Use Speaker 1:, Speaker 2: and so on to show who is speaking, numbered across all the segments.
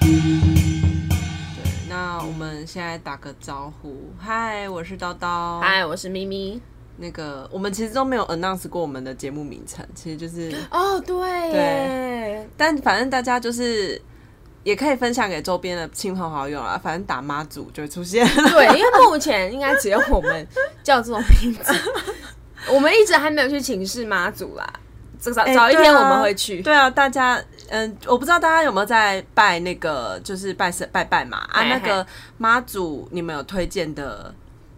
Speaker 1: 对，那我们现在打个招呼，嗨，我是叨叨。
Speaker 2: 嗨，哎我是咪咪。
Speaker 1: 那个我们其实都没有 announce 过我们的节目名称，其实 就是，
Speaker 2: 哦，对耶，
Speaker 1: 但反正大家就是也可以分享给周边的亲朋好友啊，反正打妈组就会出现。
Speaker 2: 对，因为目前应该只有我们叫这种名 字，我们一直还没有去请示妈祖啦。早早
Speaker 1: 哎
Speaker 2: 早一
Speaker 1: 对
Speaker 2: 天
Speaker 1: 啊
Speaker 2: 我们会去，
Speaker 1: 对啊，大家，嗯，我不知道大家有没有在拜那个，就是拜神拜拜嘛啊，
Speaker 2: 嘿
Speaker 1: 那
Speaker 2: 嘿
Speaker 1: 个妈祖，你们有推荐的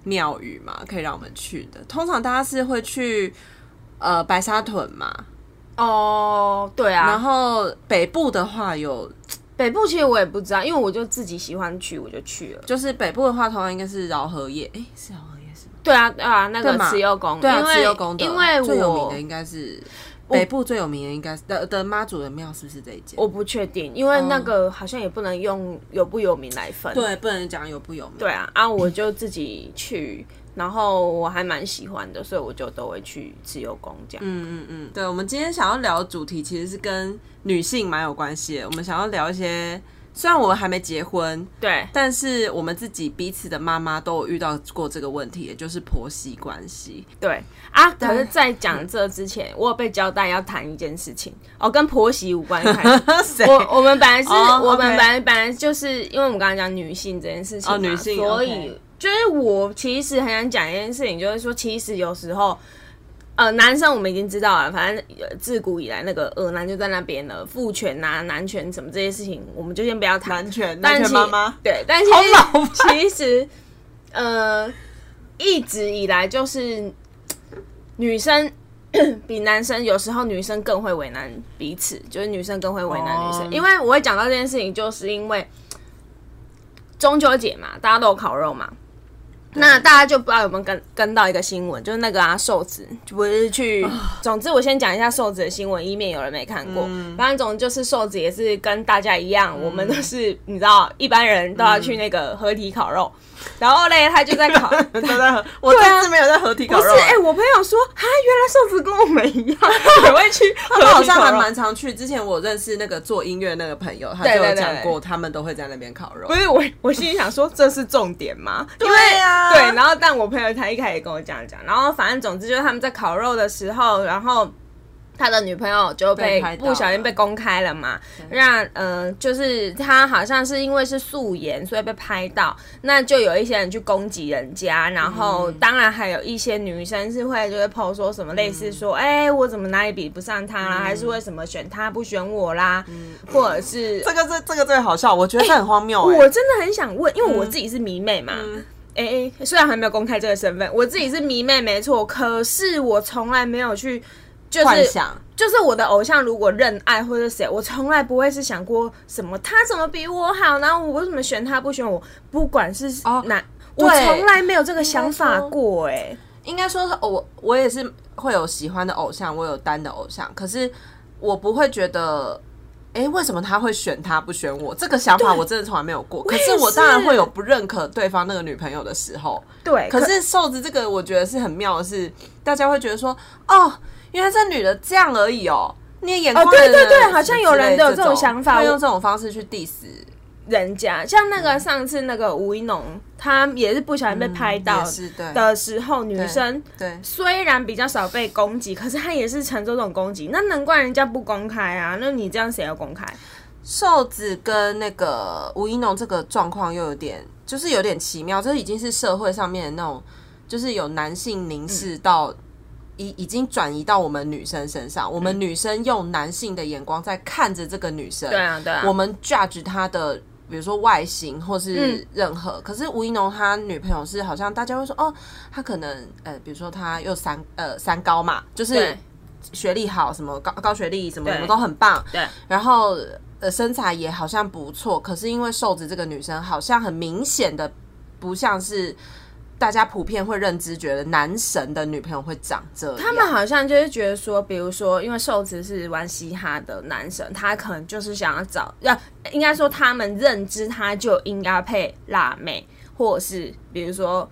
Speaker 1: 庙宇吗？可以让我们去的。通常大家是会去呃白沙屯嘛，
Speaker 2: 哦，对啊。
Speaker 1: 然后北部的话有，
Speaker 2: 北部其实我也不知道，因为我就自己喜欢去，我就去了。
Speaker 1: 就是北部的话，通常应该是饶河夜，诶，是饶河夜是吗？
Speaker 2: 对啊，对啊，那
Speaker 1: 对
Speaker 2: 个
Speaker 1: 嘛
Speaker 2: 慈幼宫，
Speaker 1: 对啊，
Speaker 2: 因为
Speaker 1: 自由宫的，
Speaker 2: 因为
Speaker 1: 最有名
Speaker 2: 我
Speaker 1: 的应该是北部最有名的应该是的的妈祖的庙是不是这一间？
Speaker 2: 我不确定，因为那个好像也不能用有不有名来分。
Speaker 1: 对，不能讲有不有名。
Speaker 2: 对啊，啊，我就自己去，然后我还蛮喜欢的，所以我就都会去自由宫这样。
Speaker 1: 嗯嗯嗯，对，我们今天想要聊的主题其实是跟女性蛮有关系的。我们想要聊一些，虽然我们还没结婚，
Speaker 2: 对，
Speaker 1: 但是我们自己彼此的妈妈都有遇到过这个问题，也就是婆媳关系。
Speaker 2: 对啊，可是，在讲这之前，我有被交代要谈一件事情哦，跟婆媳无关。开 始
Speaker 1: 谁
Speaker 2: 我我们本来是，
Speaker 1: 哦
Speaker 2: 我们
Speaker 1: OK
Speaker 2: 本来本来就是因为我们刚刚讲女性这件事情嘛，
Speaker 1: 哦女性
Speaker 2: 所以
Speaker 1: OK
Speaker 2: 就是我其实很想讲一件事情，就是说，其实有时候。呃，男生我们已经知道了，反正呃自古以来那个恶男就在那边了，父权啊、男权什么这些事情，我们就先不要谈。
Speaker 1: 男权，
Speaker 2: 但
Speaker 1: 男权
Speaker 2: 其
Speaker 1: 妈妈，
Speaker 2: 对，但其
Speaker 1: 好老派
Speaker 2: 实其实呃，一直以来就是女生比男生有时候女生更会为难彼此，就是女生更会为难女生。
Speaker 1: 哦
Speaker 2: 因为我会讲到这件事情，就是因为中秋节嘛，大家都有烤肉嘛。那大家就不知道有没有跟跟到一个新闻，就是那个啊瘦子，就不是去。
Speaker 1: 啊
Speaker 2: 总之，我先讲一下瘦子的新闻，以免有人没看过。
Speaker 1: 嗯
Speaker 2: 反正总之就是瘦子也是跟大家一样，我们都是你知道，一般人都要去
Speaker 1: 嗯
Speaker 2: 那个合体烤肉。然后嘞，他就在 烤，
Speaker 1: 都在合，我这次没有在合体
Speaker 2: 不
Speaker 1: 烤
Speaker 2: 是，
Speaker 1: 肉，
Speaker 2: 哎、我朋友说，哈，原来瘦子跟我们一样， 也会去合
Speaker 1: 他们好
Speaker 2: 体
Speaker 1: 像
Speaker 2: 烤
Speaker 1: 还
Speaker 2: 肉。
Speaker 1: 蛮常去。之前我认识那个做音乐那个朋友，他
Speaker 2: 对
Speaker 1: 就有
Speaker 2: 对对
Speaker 1: 讲
Speaker 2: 对
Speaker 1: 过，他们都会在那边烤肉
Speaker 2: 不。是我，我心里想说这是重 点吗？因为
Speaker 1: 对啊
Speaker 2: 对，然后但我朋友他一开始也跟我这样讲，然后反正总之就是他们在烤肉的时候，然后他的女朋友就
Speaker 1: 被
Speaker 2: 被
Speaker 1: 拍到
Speaker 2: 不小
Speaker 1: 了
Speaker 2: 心被公开了嘛，让呃就是他好像是因为是素颜，所以被拍到，那就有一些人去攻击人家，然
Speaker 1: 嗯
Speaker 2: 后当然还有一些女生是会就会 PO 说什么类似说，哎、我怎么哪里比不上他
Speaker 1: 嗯
Speaker 2: 啦，还是为什么选他不选我啦，或者是
Speaker 1: 这个这这个最好笑，我觉得这很荒谬、哎
Speaker 2: 我真的很想问，因为我自己是迷妹嘛
Speaker 1: 嗯，
Speaker 2: 哎、虽然还没有公开这个身份，我自己是迷妹没错，可是我从来没有去，就
Speaker 1: 幻
Speaker 2: 是
Speaker 1: 想，
Speaker 2: 就是我的偶像如果认爱或者谁，我从来不会是想过什么他怎么比我好，然后我为什么选他不选我，不管是
Speaker 1: 哦
Speaker 2: 哪，我
Speaker 1: 对
Speaker 2: 从来没有这个想
Speaker 1: 应该
Speaker 2: 法
Speaker 1: 说
Speaker 2: 过、哎。
Speaker 1: 应该说是哦我我也是会有喜欢的偶像，我有单的偶像，可是我不会觉得，哎、为什么他会选他不选我？这个想法我真的从来没有过。可
Speaker 2: 也
Speaker 1: 是我
Speaker 2: 是
Speaker 1: 当然会有不认可对方那个女朋友的时候。
Speaker 2: 对，
Speaker 1: 可是瘦子这个我觉得是很妙的是，大家会觉得说，哦，原来这女的这样而已哦。你的眼光
Speaker 2: 哦对
Speaker 1: 人
Speaker 2: 对对
Speaker 1: 什么
Speaker 2: 好像
Speaker 1: 之
Speaker 2: 有人
Speaker 1: 类
Speaker 2: 都有
Speaker 1: 这
Speaker 2: 这种想法
Speaker 1: 会
Speaker 2: 我
Speaker 1: 用这种方式去 diss，
Speaker 2: 人家像那
Speaker 1: 嗯
Speaker 2: 个上次那个吴一农，他也是不小心被拍到
Speaker 1: 也是对
Speaker 2: 的时候，女生
Speaker 1: 对，
Speaker 2: 虽然比较少被攻击，可是他也是承受这种攻击，那难怪人家不公开啊。那你这样谁要公开？
Speaker 1: 瘦子跟那个吴一农这个状况又有点，就是有点奇妙，这已经是社会上面的那种，就是有男性凝视到，已、已经转移到我们女生身上，我们女生用男性的眼光在看着这个女生，
Speaker 2: 嗯对啊，对啊，
Speaker 1: 我们 judge 她的，比如说外形或是
Speaker 2: 嗯
Speaker 1: 任何。可是吴一农他女朋友是好像大家会说，哦，他可能呃，比如说他又三呃三高嘛，就是
Speaker 2: 对
Speaker 1: 学历好，什么高高学历，什么
Speaker 2: 对
Speaker 1: 什么都很棒，
Speaker 2: 对
Speaker 1: 然后呃身材也好像不错，可是因为瘦子这个女生好像很明显的不像是。大家普遍会认知觉得男神的女朋友会长这样，
Speaker 2: 他们好像就是觉得说，比如说，因为瘦子是玩嘻哈的男神，他可能就是想要找，要应该说他们认知他就应该配辣妹，或者是比如说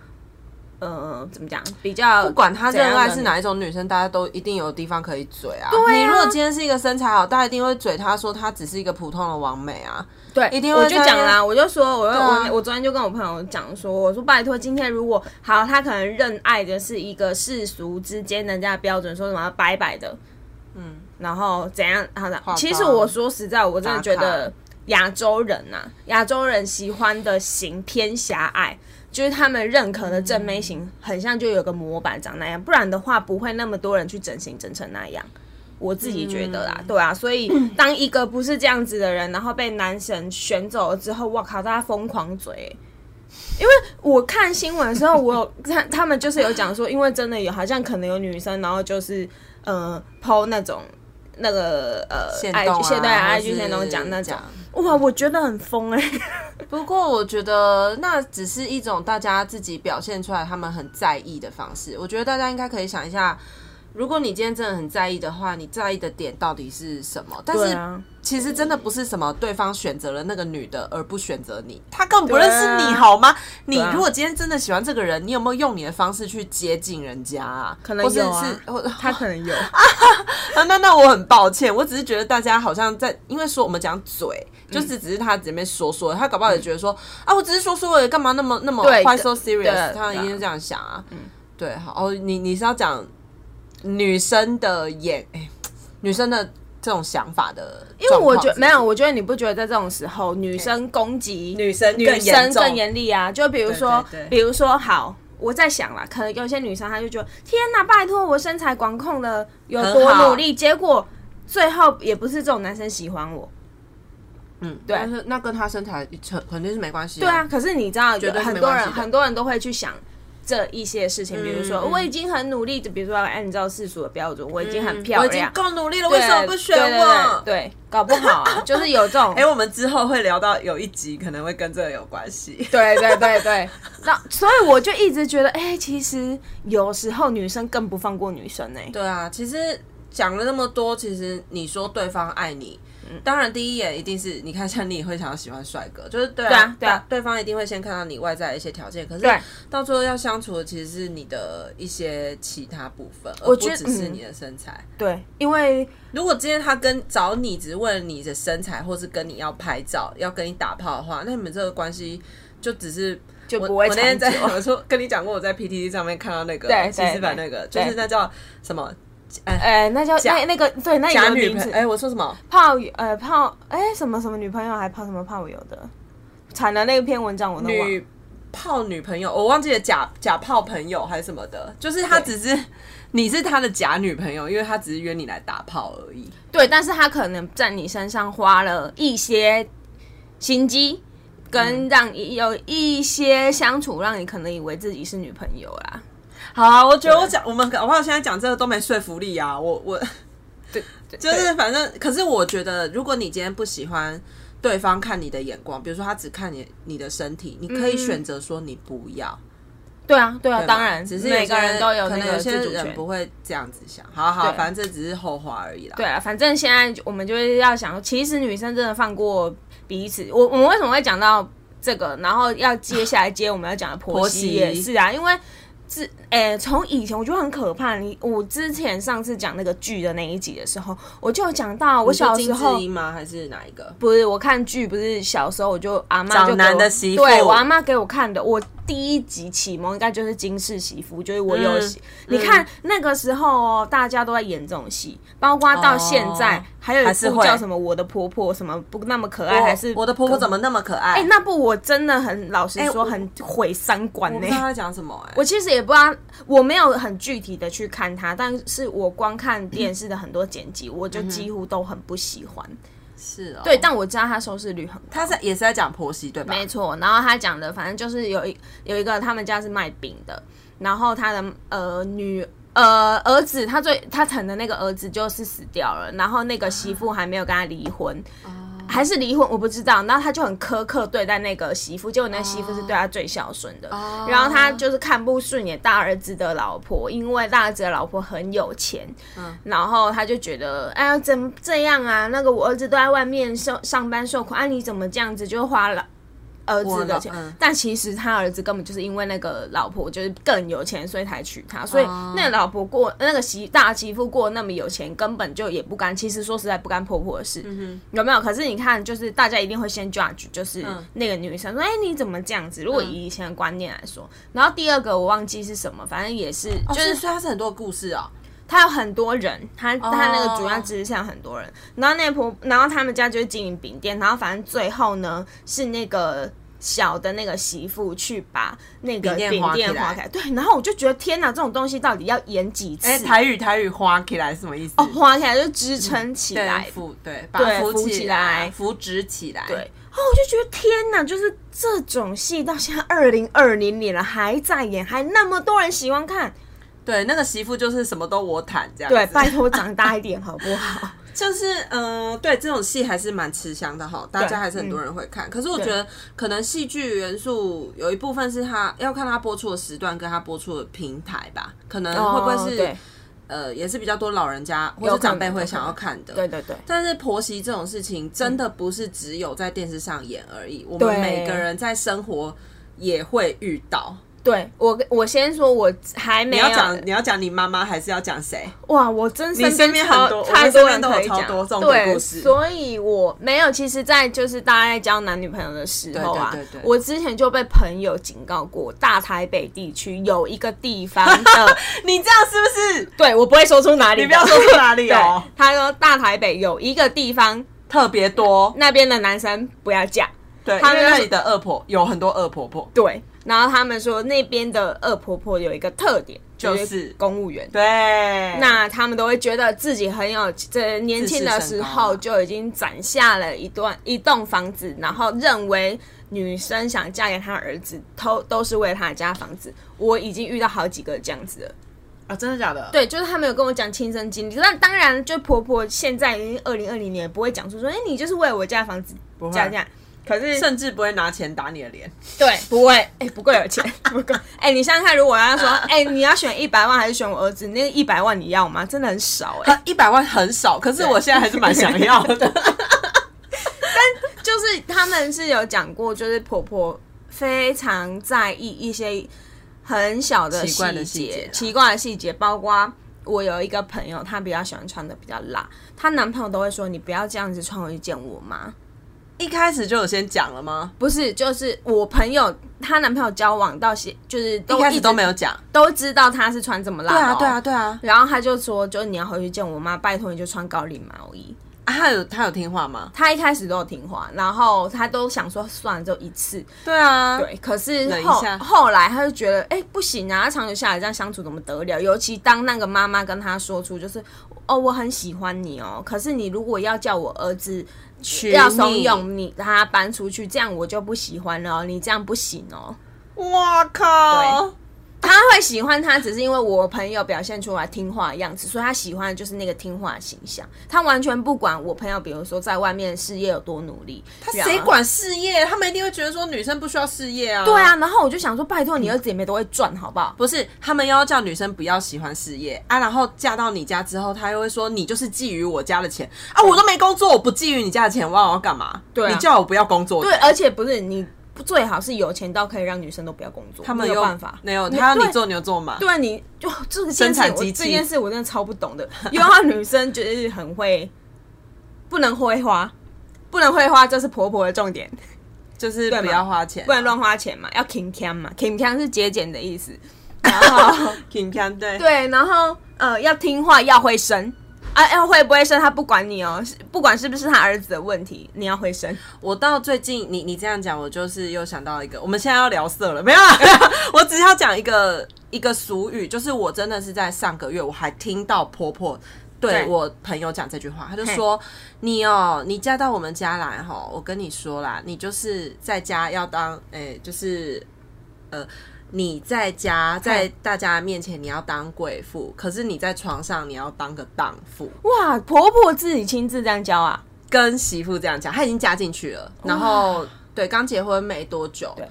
Speaker 2: 呃，怎么讲，比较
Speaker 1: 不管他
Speaker 2: 怎样
Speaker 1: 热
Speaker 2: 的
Speaker 1: 爱
Speaker 2: 女
Speaker 1: 是哪一种女生，大家都一定有地方可以嘴啊。
Speaker 2: 啊
Speaker 1: 你如果今天是一个身材好，大家一定会嘴他说他只是一个普通的王美啊。
Speaker 2: 对，
Speaker 1: 一定
Speaker 2: 我
Speaker 1: 会
Speaker 2: 就
Speaker 1: 在那
Speaker 2: 讲
Speaker 1: 边
Speaker 2: 啦，我就说，我就、
Speaker 1: 啊
Speaker 2: 我我昨天就跟我朋友讲说，我说拜托，今天如果好，他可能认爱的是一个世俗之间人家的标准，说什么白白的，
Speaker 1: 嗯，
Speaker 2: 然后怎样好的
Speaker 1: 化。
Speaker 2: 其实
Speaker 1: 妆
Speaker 2: 我说实在，我真的
Speaker 1: 打
Speaker 2: 觉得
Speaker 1: 卡
Speaker 2: 亚洲人呐、亚洲人喜欢的型偏狭隘。就是他们认
Speaker 1: 嗯
Speaker 2: 可的正妹型，很像就有个模板长那样，不然的话不会那么多人去整形整成那样。我自己觉得啦，
Speaker 1: 嗯
Speaker 2: 对啊，所以当一个不是这样子的人，然后被男神选走了之后，哇靠，大家疯狂嘴、因为我看新闻的时候，我有看他们就是有讲说，因为真的有好像可能有女生，然后就是呃抛那种那个呃
Speaker 1: 现
Speaker 2: IG
Speaker 1: 动啊，
Speaker 2: 对啊
Speaker 1: 或是
Speaker 2: ，IG 先动讲那种，哇，我觉得很疯哎、
Speaker 1: 不过我觉得那只是一种大家自己表现出来他们很在意的方式。我觉得大家应该可以想一下，如果你今天真的很在意的话，你在意的点到底是什么？但
Speaker 2: 对
Speaker 1: 是
Speaker 2: 啊，
Speaker 1: 其实真的不是什么对方选择了那个女的而不选择你，他根本不
Speaker 2: 对啊
Speaker 1: 认识你好吗？你
Speaker 2: 啊
Speaker 1: 如果今天真的喜欢这个人，你有没有用你的方式去接近人家、啊？
Speaker 2: 可能
Speaker 1: 或者
Speaker 2: 有啊
Speaker 1: 是或
Speaker 2: 他可能有，
Speaker 1: 啊， 那那我很抱歉，我只是觉得大家好像在，因为说我们讲嘴，
Speaker 2: 嗯
Speaker 1: 就是只是他这边说说，他搞不好也觉得说、啊，我只是说说而已，干嘛那么那么
Speaker 2: 对
Speaker 1: why so serious？
Speaker 2: 嗯对嗯
Speaker 1: 他一定是这样想啊。对，好，哦，你你是要讲女生的眼，哎女生的这种想法的状况，
Speaker 2: 因为我觉得没
Speaker 1: 有
Speaker 2: 有，我觉得你不觉得在这种时候，女生攻击
Speaker 1: 女生更
Speaker 2: 女
Speaker 1: 严
Speaker 2: 生更
Speaker 1: 重
Speaker 2: 严厉啊？就比如说，
Speaker 1: 对对对
Speaker 2: 比如说好。我在想啦，可能有些女生她就觉得，天哪，拜托我身材管控的有
Speaker 1: 很
Speaker 2: 多
Speaker 1: 好
Speaker 2: 努力，结果最后也不是这种男生喜欢我。
Speaker 1: 嗯，
Speaker 2: 对
Speaker 1: 但是那跟他身材肯肯定是没关系、
Speaker 2: 对啊，，可是你知道，有
Speaker 1: 对是
Speaker 2: 很
Speaker 1: 没
Speaker 2: 多
Speaker 1: 关
Speaker 2: 人
Speaker 1: 系的
Speaker 2: 很多人都会去想这一些事情，比如说
Speaker 1: 嗯嗯
Speaker 2: 我已经很努力，比如说哎按照世俗的标准，我已经很
Speaker 1: 嗯
Speaker 2: 漂
Speaker 1: 我已经
Speaker 2: 亮，
Speaker 1: 够努力了，
Speaker 2: 对
Speaker 1: 为什么不选我？
Speaker 2: 对对对对，搞不好啊，就是有这种
Speaker 1: 哎、我们之后会聊到有一集可能会跟这个有关系。
Speaker 2: 对对对对，那所以我就一直觉得，哎、其实有时候女生更不放过女生欸 呢、
Speaker 1: 对啊，其实讲了那么多，其实你说对方爱你，当然第一眼一定是你看像你也会想要喜欢帅哥，就是对啊，
Speaker 2: 对啊对啊
Speaker 1: 对方一定会先看到你外在的一些条件，可是
Speaker 2: 对
Speaker 1: 到最后要相处的其实是你的一些其他部分，而
Speaker 2: 我
Speaker 1: 不
Speaker 2: 觉得
Speaker 1: 只是
Speaker 2: 嗯
Speaker 1: 你的身材。
Speaker 2: 对，因为
Speaker 1: 如果今天他跟找你只是为了你的身材，或是跟你要拍照、要跟你打炮的话，那你们这个关系就只是
Speaker 2: 就
Speaker 1: 我
Speaker 2: 不会
Speaker 1: 我那天
Speaker 2: 长
Speaker 1: 在
Speaker 2: 久
Speaker 1: 我说跟你讲过，我在 PTT 上面看到那个
Speaker 2: 对对
Speaker 1: 西施版那个，
Speaker 2: 对
Speaker 1: 就是那叫什么
Speaker 2: 哎、那叫
Speaker 1: 假
Speaker 2: 那那个对，那有
Speaker 1: 假
Speaker 2: 个
Speaker 1: 女
Speaker 2: 名
Speaker 1: 朋
Speaker 2: 字
Speaker 1: 哎、我说什么？
Speaker 2: 炮友呃炮哎、什么什么女朋友还炮什么炮友的，惨了那篇文章我都忘了。
Speaker 1: 女泡女朋友，我忘记了假假泡朋友还是什么的，就是他
Speaker 2: 对
Speaker 1: 只是你是他的假女朋友，因为他只是约你来打炮而已。
Speaker 2: 对，但是他可能在你身上花了一些心机，
Speaker 1: 嗯
Speaker 2: 跟让你有一些相处，让你可能以为自己是女朋友啦。
Speaker 1: 好啊，我觉得我讲我们搞不好现在讲这个都没说服力啊，我我。
Speaker 2: 对，
Speaker 1: 就
Speaker 2: 对
Speaker 1: 是反正，可是我觉得，如果你今天不喜欢对方看你的眼光，比如说他只看你你的身体，你可以
Speaker 2: 嗯
Speaker 1: 选择说你不要。
Speaker 2: 对啊，对啊，
Speaker 1: 对吧
Speaker 2: 当然，
Speaker 1: 只是有
Speaker 2: 每
Speaker 1: 些
Speaker 2: 个人都有
Speaker 1: 可
Speaker 2: 那
Speaker 1: 能
Speaker 2: 个
Speaker 1: 有些
Speaker 2: 自主权
Speaker 1: 人。不会这样子想。好好，
Speaker 2: 对
Speaker 1: 反正这只是后话而已啦。
Speaker 2: 对啊，反正现在我们就是要想，其实女生真的放过彼此。我我们为什么会讲到这个，然后要接下来接我们要讲的婆
Speaker 1: 婆
Speaker 2: 媳
Speaker 1: 媳
Speaker 2: 也是啊，因为自诶从以前我觉得很可怕。你我之前上次讲那个剧的那一集的时候，我就有讲到我
Speaker 1: 你说
Speaker 2: 小时
Speaker 1: 金智
Speaker 2: 候
Speaker 1: 英吗？还是哪一个？
Speaker 2: 不是我看剧，不是小时候我就阿妈
Speaker 1: 找
Speaker 2: 就给我
Speaker 1: 男的媳妇
Speaker 2: 对我阿妈给我看的，我第一集启蒙应该就是《金氏媳妇》，就是我有、
Speaker 1: 嗯
Speaker 2: 你看、那个时候哦，大家都在演这种戏，包括到现在、
Speaker 1: 哦
Speaker 2: 还有一
Speaker 1: 还是
Speaker 2: 部
Speaker 1: 会
Speaker 2: 叫什么《我的婆婆》，什么不那么可爱，
Speaker 1: 我
Speaker 2: 还是
Speaker 1: 我的婆婆怎
Speaker 2: 么？
Speaker 1: 么那哎么可爱？
Speaker 2: 哎、那部我真的很老实
Speaker 1: 哎我
Speaker 2: 说，很毁三观
Speaker 1: 我
Speaker 2: 呢、
Speaker 1: 不知道他在讲什么哎、
Speaker 2: 我其实也不知道，我没有很具体的去看它，但是我光看电视的很多剪辑，我
Speaker 1: 嗯
Speaker 2: 就几乎都很不喜欢。
Speaker 1: 是哦，
Speaker 2: 对，，但我知道它收视率很高。
Speaker 1: 他在也是在讲婆媳对吧？
Speaker 2: 没错，然后他讲的反正就是有一有一个他们家是卖饼的，然后他的呃女呃儿子，他最他疼的那个儿子就是死掉了，然后那个媳妇还没有跟他离婚。
Speaker 1: 嗯
Speaker 2: 还是离婚，我不知道。然后他就很苛刻对待那个媳妇，结果那媳妇是对他最孝顺的。
Speaker 1: 哦
Speaker 2: 然后他就是看不顺眼大儿子的老婆，因为大儿子的老婆很有钱，
Speaker 1: 嗯
Speaker 2: 然后他就觉得，哎呀，怎么这样啊？那个我儿子都在外面受上班受苦，啊，你怎么这样子就花了儿子
Speaker 1: 我
Speaker 2: 的
Speaker 1: 老
Speaker 2: 钱，
Speaker 1: 嗯
Speaker 2: 但其实他儿子根本就是因为那个老婆就是更有钱，所以才娶她。所以
Speaker 1: 哦
Speaker 2: 那个老婆过那个媳大媳妇过那么有钱，根本就也不干。其实说实在不干婆婆的
Speaker 1: 嗯
Speaker 2: 事，有没有？可是你看，就是大家一定会先 judge，就是
Speaker 1: 嗯
Speaker 2: 那个女生说：“哎、你怎么这样子？”如果以以前的观念来说，然后第二个我忘记是什么，反正也是
Speaker 1: 哦，
Speaker 2: 就是是
Speaker 1: 所以它是很哦多故事哦，
Speaker 2: 他有很多人，他他那个主要支持下很多人。然后那婆，然后他们家就是经营饼店，然后反正最后呢是那个小的那个媳妇去把那个
Speaker 1: 饼店
Speaker 2: 饼
Speaker 1: 划
Speaker 2: 店
Speaker 1: 起来
Speaker 2: 划开。对，然后我就觉得天哪，这种东西到底要演几次？
Speaker 1: 哎，台语台语花起来是什么意思？
Speaker 2: 哦，划起来就支撑起来
Speaker 1: 嗯对，扶对，把
Speaker 2: 对
Speaker 1: 扶
Speaker 2: 扶起
Speaker 1: 起
Speaker 2: 来
Speaker 1: 扶植起来，
Speaker 2: 对，哦，我就觉得天哪，就是这种戏到现在二零二零年了还在演，还那么多人喜欢看。
Speaker 1: 对，那个媳妇就是什么都我坦这样子，
Speaker 2: 对，拜托长大一点好不好？
Speaker 1: 就是嗯、呃对这种戏还是蛮吃香的哈，大家还
Speaker 2: 嗯
Speaker 1: 是很多人会看。可是我觉得可能戏剧元素有一部分是它要看它播出的时段跟它播出的平台吧，可能会不会
Speaker 2: 哦
Speaker 1: 是、
Speaker 2: 对
Speaker 1: 呃也是比较多老人家或
Speaker 2: 有
Speaker 1: 者
Speaker 2: 可能
Speaker 1: 长辈会想要看的。
Speaker 2: 对对对，
Speaker 1: 但是婆媳这种事情真的不是只有在电视上演而已，我
Speaker 2: 对
Speaker 1: 们每个人在生活也会遇到。
Speaker 2: 对我我先说，我还没
Speaker 1: 你
Speaker 2: 有
Speaker 1: 要讲你要讲你妈妈，还是要讲谁？
Speaker 2: 哇，我真
Speaker 1: 你身边
Speaker 2: 超
Speaker 1: 很多我们
Speaker 2: 太
Speaker 1: 身
Speaker 2: 多
Speaker 1: 边
Speaker 2: 人
Speaker 1: 都有
Speaker 2: 可以
Speaker 1: 超
Speaker 2: 讲
Speaker 1: 多这种鬼
Speaker 2: 对，
Speaker 1: 故事
Speaker 2: 所以我没有。其实，在就是大家在交男女朋友的时候啊，
Speaker 1: 对对对对
Speaker 2: 我之前就被朋友警告过，大台北地区有一个地方的，
Speaker 1: 你这样是不是？
Speaker 2: 对我不会说出哪里
Speaker 1: 你
Speaker 2: 的，
Speaker 1: 不要说出哪里
Speaker 2: 对
Speaker 1: 哦，，
Speaker 2: 他说大台北有一个地方，
Speaker 1: 特别多。
Speaker 2: 那边的男生不要嫁。
Speaker 1: 对，
Speaker 2: 他
Speaker 1: 因为
Speaker 2: 那
Speaker 1: 那
Speaker 2: 是
Speaker 1: 里的恶婆有很多恶婆婆。
Speaker 2: 对，然后他们说那边的恶婆婆有一个特点，
Speaker 1: 就是
Speaker 2: 是公务员。
Speaker 1: 对，
Speaker 2: 那他们都会觉得自己很有，这年轻的时候
Speaker 1: 自视啊
Speaker 2: 就已经攒下了一段一栋房子，然后认为女生想嫁给他儿子，都都是为了他的家房子。我已经遇到好几个这样子了。
Speaker 1: 啊，真的假的？
Speaker 2: 对，就是他们有跟我讲亲身经历，但当然，就婆婆现在已经二零二零年，不会讲出说，哎、你就是为了我家房子
Speaker 1: 不会
Speaker 2: 嫁这样。可是
Speaker 1: 甚至不会拿钱打你的脸。
Speaker 2: 对，不会，哎、不够有钱，不够。哎、你想想看，如果要说，哎、你要选一百万还是选我儿子？那个一百万你要吗？真的很少哎、
Speaker 1: 一百万很少，可是我现在还是蛮想要的。
Speaker 2: 就是他们是有讲过，就是婆婆非常在意一些很小的
Speaker 1: 奇怪的细节
Speaker 2: 节
Speaker 1: 啊，
Speaker 2: 奇怪的细节，包括我有一个朋友，她比较喜欢穿的比较辣，她男朋友都会说你不要这样子穿回去见我妈。
Speaker 1: 一开始就有先讲了吗？
Speaker 2: 不是，就是我朋友她男朋友交往到现，就是都
Speaker 1: 一开始
Speaker 2: 直
Speaker 1: 都没有讲。
Speaker 2: 都知道她是穿这么辣、哦
Speaker 1: 对啊，对啊，。对啊。
Speaker 2: 然后她就说，就你要回去见我妈，拜托你就穿高领毛衣。
Speaker 1: 啊，他有他有听话吗？
Speaker 2: 她一开始都有听话，然后她都想说算了，就一次。
Speaker 1: 对啊，
Speaker 2: 对，可是
Speaker 1: 忍一
Speaker 2: 后
Speaker 1: 下
Speaker 2: 后来他就觉得，哎、不行啊，长久下来这样相处怎么得了？尤其当那个妈妈跟他说出，就是哦，我很喜欢你哦，可是你如果要叫我儿子
Speaker 1: 娶
Speaker 2: 要怂
Speaker 1: 你
Speaker 2: 恿你他搬出去，这样我就不喜欢了哦、你这样不行哦。
Speaker 1: 哇靠！
Speaker 2: 他会喜欢他，只是因为我朋友表现出来听话的样子，所以他喜欢的就是那个听话的形象。他完全不管我朋友，比如说在外面事业有多努力，他
Speaker 1: 谁管事业？他们一定会觉得说女生不需要事业啊。
Speaker 2: 对，啊，然后我就想说，拜托你儿子也没都会赚，好不好？
Speaker 1: 不是他们要叫女生不要喜欢事业啊，然后嫁到你家之后，他又会说你就是觊觎我家的钱啊，我都没工作，我不觊觎你家的钱，我要干嘛？
Speaker 2: 对啊
Speaker 1: 你叫我不要工作，
Speaker 2: 对，而且不是你最好是有钱到可以让女生都不要工作，
Speaker 1: 他们
Speaker 2: 没有
Speaker 1: 又
Speaker 2: 办法，
Speaker 1: 没有，他要你
Speaker 2: 对
Speaker 1: 做牛做马，
Speaker 2: 对啊，你就这个
Speaker 1: 生
Speaker 2: 件事
Speaker 1: 产
Speaker 2: 我
Speaker 1: 机
Speaker 2: 这
Speaker 1: 器
Speaker 2: 件事我真的超不懂的，因为她女生就是很会，不能挥花，不能挥花，这是婆婆的重点，
Speaker 1: 就是
Speaker 2: 对嘛
Speaker 1: 不要花钱，
Speaker 2: 不能乱花钱嘛，要 king can 嘛，king can 是节俭的意思， 然后
Speaker 1: 挺偏对。
Speaker 2: 对，然后呃要听话，要会生。啊，要会不会生，他不管你哦，是不管是不是他儿子的问题，你要会生。
Speaker 1: 我到最近，你你这样讲，我就是又想到一个，我们现在要聊色了，没有啦？ 我只要讲一个一个俗语，就是我真的是在上个月，我还听到婆婆。对
Speaker 2: 对
Speaker 1: 我朋友讲这句话，她就说：“你哦，你嫁到我们家来哈，我跟你说啦，你就是在家要当，诶、就是呃，你在家在
Speaker 2: 嘿
Speaker 1: 大家面前你要当贵妇，可是你在床上你要当个荡妇。”
Speaker 2: 哇，婆婆自己亲自这样教啊？
Speaker 1: 跟媳妇这样讲，她已经嫁进去了，然后对刚结婚没多久，
Speaker 2: 对，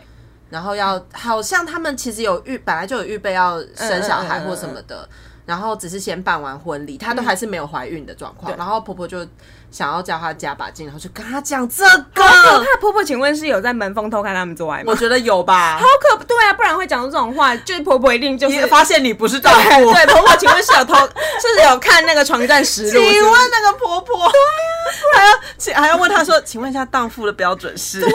Speaker 1: 然后要好像他们其实有预本来就有预备要生小孩
Speaker 2: 嗯嗯嗯嗯嗯
Speaker 1: 或什么的，然后只是先办完婚礼，她都还是没有怀孕的状况。然后婆婆就想要叫她加把劲，然后就跟她讲这
Speaker 2: 好
Speaker 1: 个，
Speaker 2: 可怕！呃婆婆，请问是有在门缝偷看他们做爱吗？
Speaker 1: 我觉得有吧
Speaker 2: 好。可对啊，不然会讲出这种话，就是婆婆一定就
Speaker 1: 你
Speaker 2: 是
Speaker 1: 发现你不是丈
Speaker 2: 对
Speaker 1: 夫，
Speaker 2: 对，婆婆，请问是有偷是有看那个床站实
Speaker 1: 请
Speaker 2: 录？是不啊是
Speaker 1: 问那个婆婆，对呀、还要请还要问她说，请问一下荡妇的标准是？对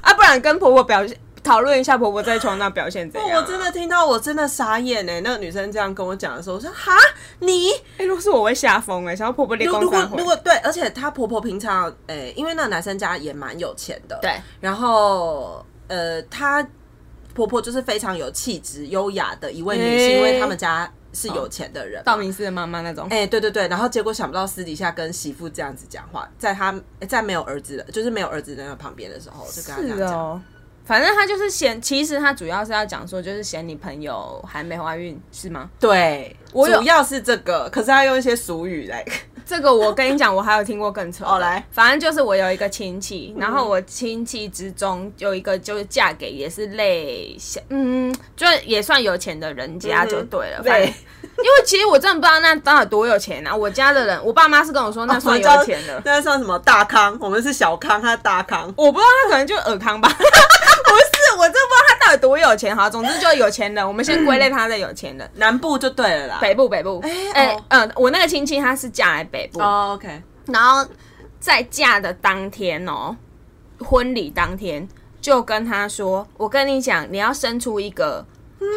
Speaker 2: 啊，不然跟婆婆表现讨论一下婆婆在床上表现怎样？
Speaker 1: 哦
Speaker 2: 啊
Speaker 1: 我真的听到，我真的傻眼哎、那个女生这样跟我讲的时候，我说哈，你
Speaker 2: 哎，如果是我会吓疯哎，想要婆婆立
Speaker 1: 如
Speaker 2: 功
Speaker 1: 如果
Speaker 2: 散会
Speaker 1: 如。果对，而且她婆婆平常诶、因为那个男生家也蛮有钱的，
Speaker 2: 对，
Speaker 1: 然后呃，她婆婆就是非常有气质、优雅的一位女性，
Speaker 2: 诶
Speaker 1: 因为他们家是有钱的人嘛。
Speaker 2: 嗯道明寺的妈妈那种，
Speaker 1: 哎、对对对，然后结果想不到私底下跟媳妇这样子讲话，在她诶在没有儿子的，就是没有儿子的那个旁边的时候，就跟她这样
Speaker 2: 是
Speaker 1: 讲。
Speaker 2: 哦。反正她就是嫌，其实她主要是要讲说，就是嫌你朋友还没怀孕，是吗？
Speaker 1: 对，
Speaker 2: 我有
Speaker 1: 主要是这个，可是她用一些俗语来，
Speaker 2: 这个我跟你讲，我还有听过更扯的。
Speaker 1: 哦来
Speaker 2: 反正就是我有一个亲戚，然后我亲戚之中有一个就是嫁给也是类似，嗯，就是也算有钱的人家就对了。
Speaker 1: 嗯哼
Speaker 2: 反正
Speaker 1: 类
Speaker 2: 因为其实我真的不知道那到底多有钱啊！我家的人，我爸妈是哦跟我说那算有钱的，
Speaker 1: 那算什么大康？我们是小康，他大康。
Speaker 2: 我不知道他可能就尔康吧， 不是，我真的不知道他到底多有钱。好，总之就是有钱人，我们先归类他在有钱人。
Speaker 1: 南部就对了啦。
Speaker 2: 北部，北部，哎、
Speaker 1: 哦
Speaker 2: 嗯，我那个亲戚他是嫁来北部，
Speaker 1: 哦，OK，
Speaker 2: 然后在嫁的当天哦，婚礼当天就跟他说：“我跟你讲，你要生出一个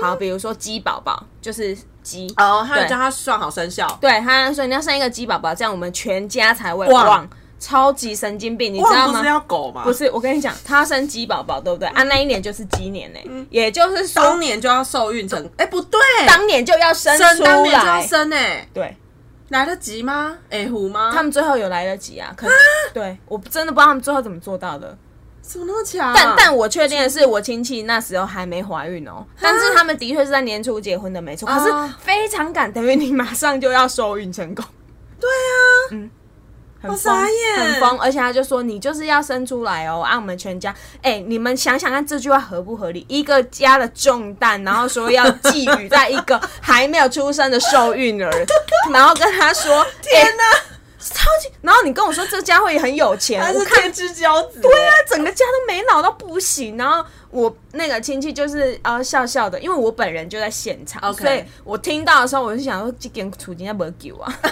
Speaker 2: 好，比如说鸡宝宝，就是鸡
Speaker 1: 嗯哦，他有
Speaker 2: 对
Speaker 1: 叫他算好生肖，
Speaker 2: 对，他说你要生一个鸡宝宝，这样我们全家才会
Speaker 1: 旺
Speaker 2: 旺。超级神经病，你知道
Speaker 1: 旺不
Speaker 2: 吗
Speaker 1: 是？要狗吗？
Speaker 2: 不，是，我跟你讲，他生鸡宝宝，对不对？啊，那一年就是鸡年呢、也就是
Speaker 1: 嗯当
Speaker 2: 说，
Speaker 1: 年就要受孕成，哎，不对，
Speaker 2: 当年就要生
Speaker 1: 生
Speaker 2: 出
Speaker 1: 当年就要
Speaker 2: 来。
Speaker 1: 生哎，
Speaker 2: 对，
Speaker 1: 来得及吗？哎，虎吗？
Speaker 2: 他们最后有来得及啊，可是对我真的不知道他们最后怎么做到的。
Speaker 1: 嗯怎么那么啊强？
Speaker 2: 但但我确定的是，我亲戚那时候还没怀孕
Speaker 1: 啊
Speaker 2: 哦，但是他们的确是在年初结婚的，没错。可是非常赶，等于你马上就要受孕成功，
Speaker 1: 对啊，
Speaker 2: 很
Speaker 1: 我
Speaker 2: 疯
Speaker 1: 傻眼
Speaker 2: 很疯。而且他就说，你就是要生出来哦，啊，我们全家，哎、你们想想看，这句话合不合理？一个家的重担，然后说要寄予在一个还没有出生的受孕儿，然后跟他说，天
Speaker 1: 天哪，
Speaker 2: 超级，然后你跟我说这家会很有钱，
Speaker 1: 他
Speaker 2: 我
Speaker 1: 是
Speaker 2: 看
Speaker 1: 天之骄子，
Speaker 2: 对啊，整个家都没脑到不行。然后我那个亲戚就是呃笑笑的，因为我本人就在现场
Speaker 1: OK
Speaker 2: 所以我听到的时候我就想说，这点处境要不要给啊？
Speaker 1: 哎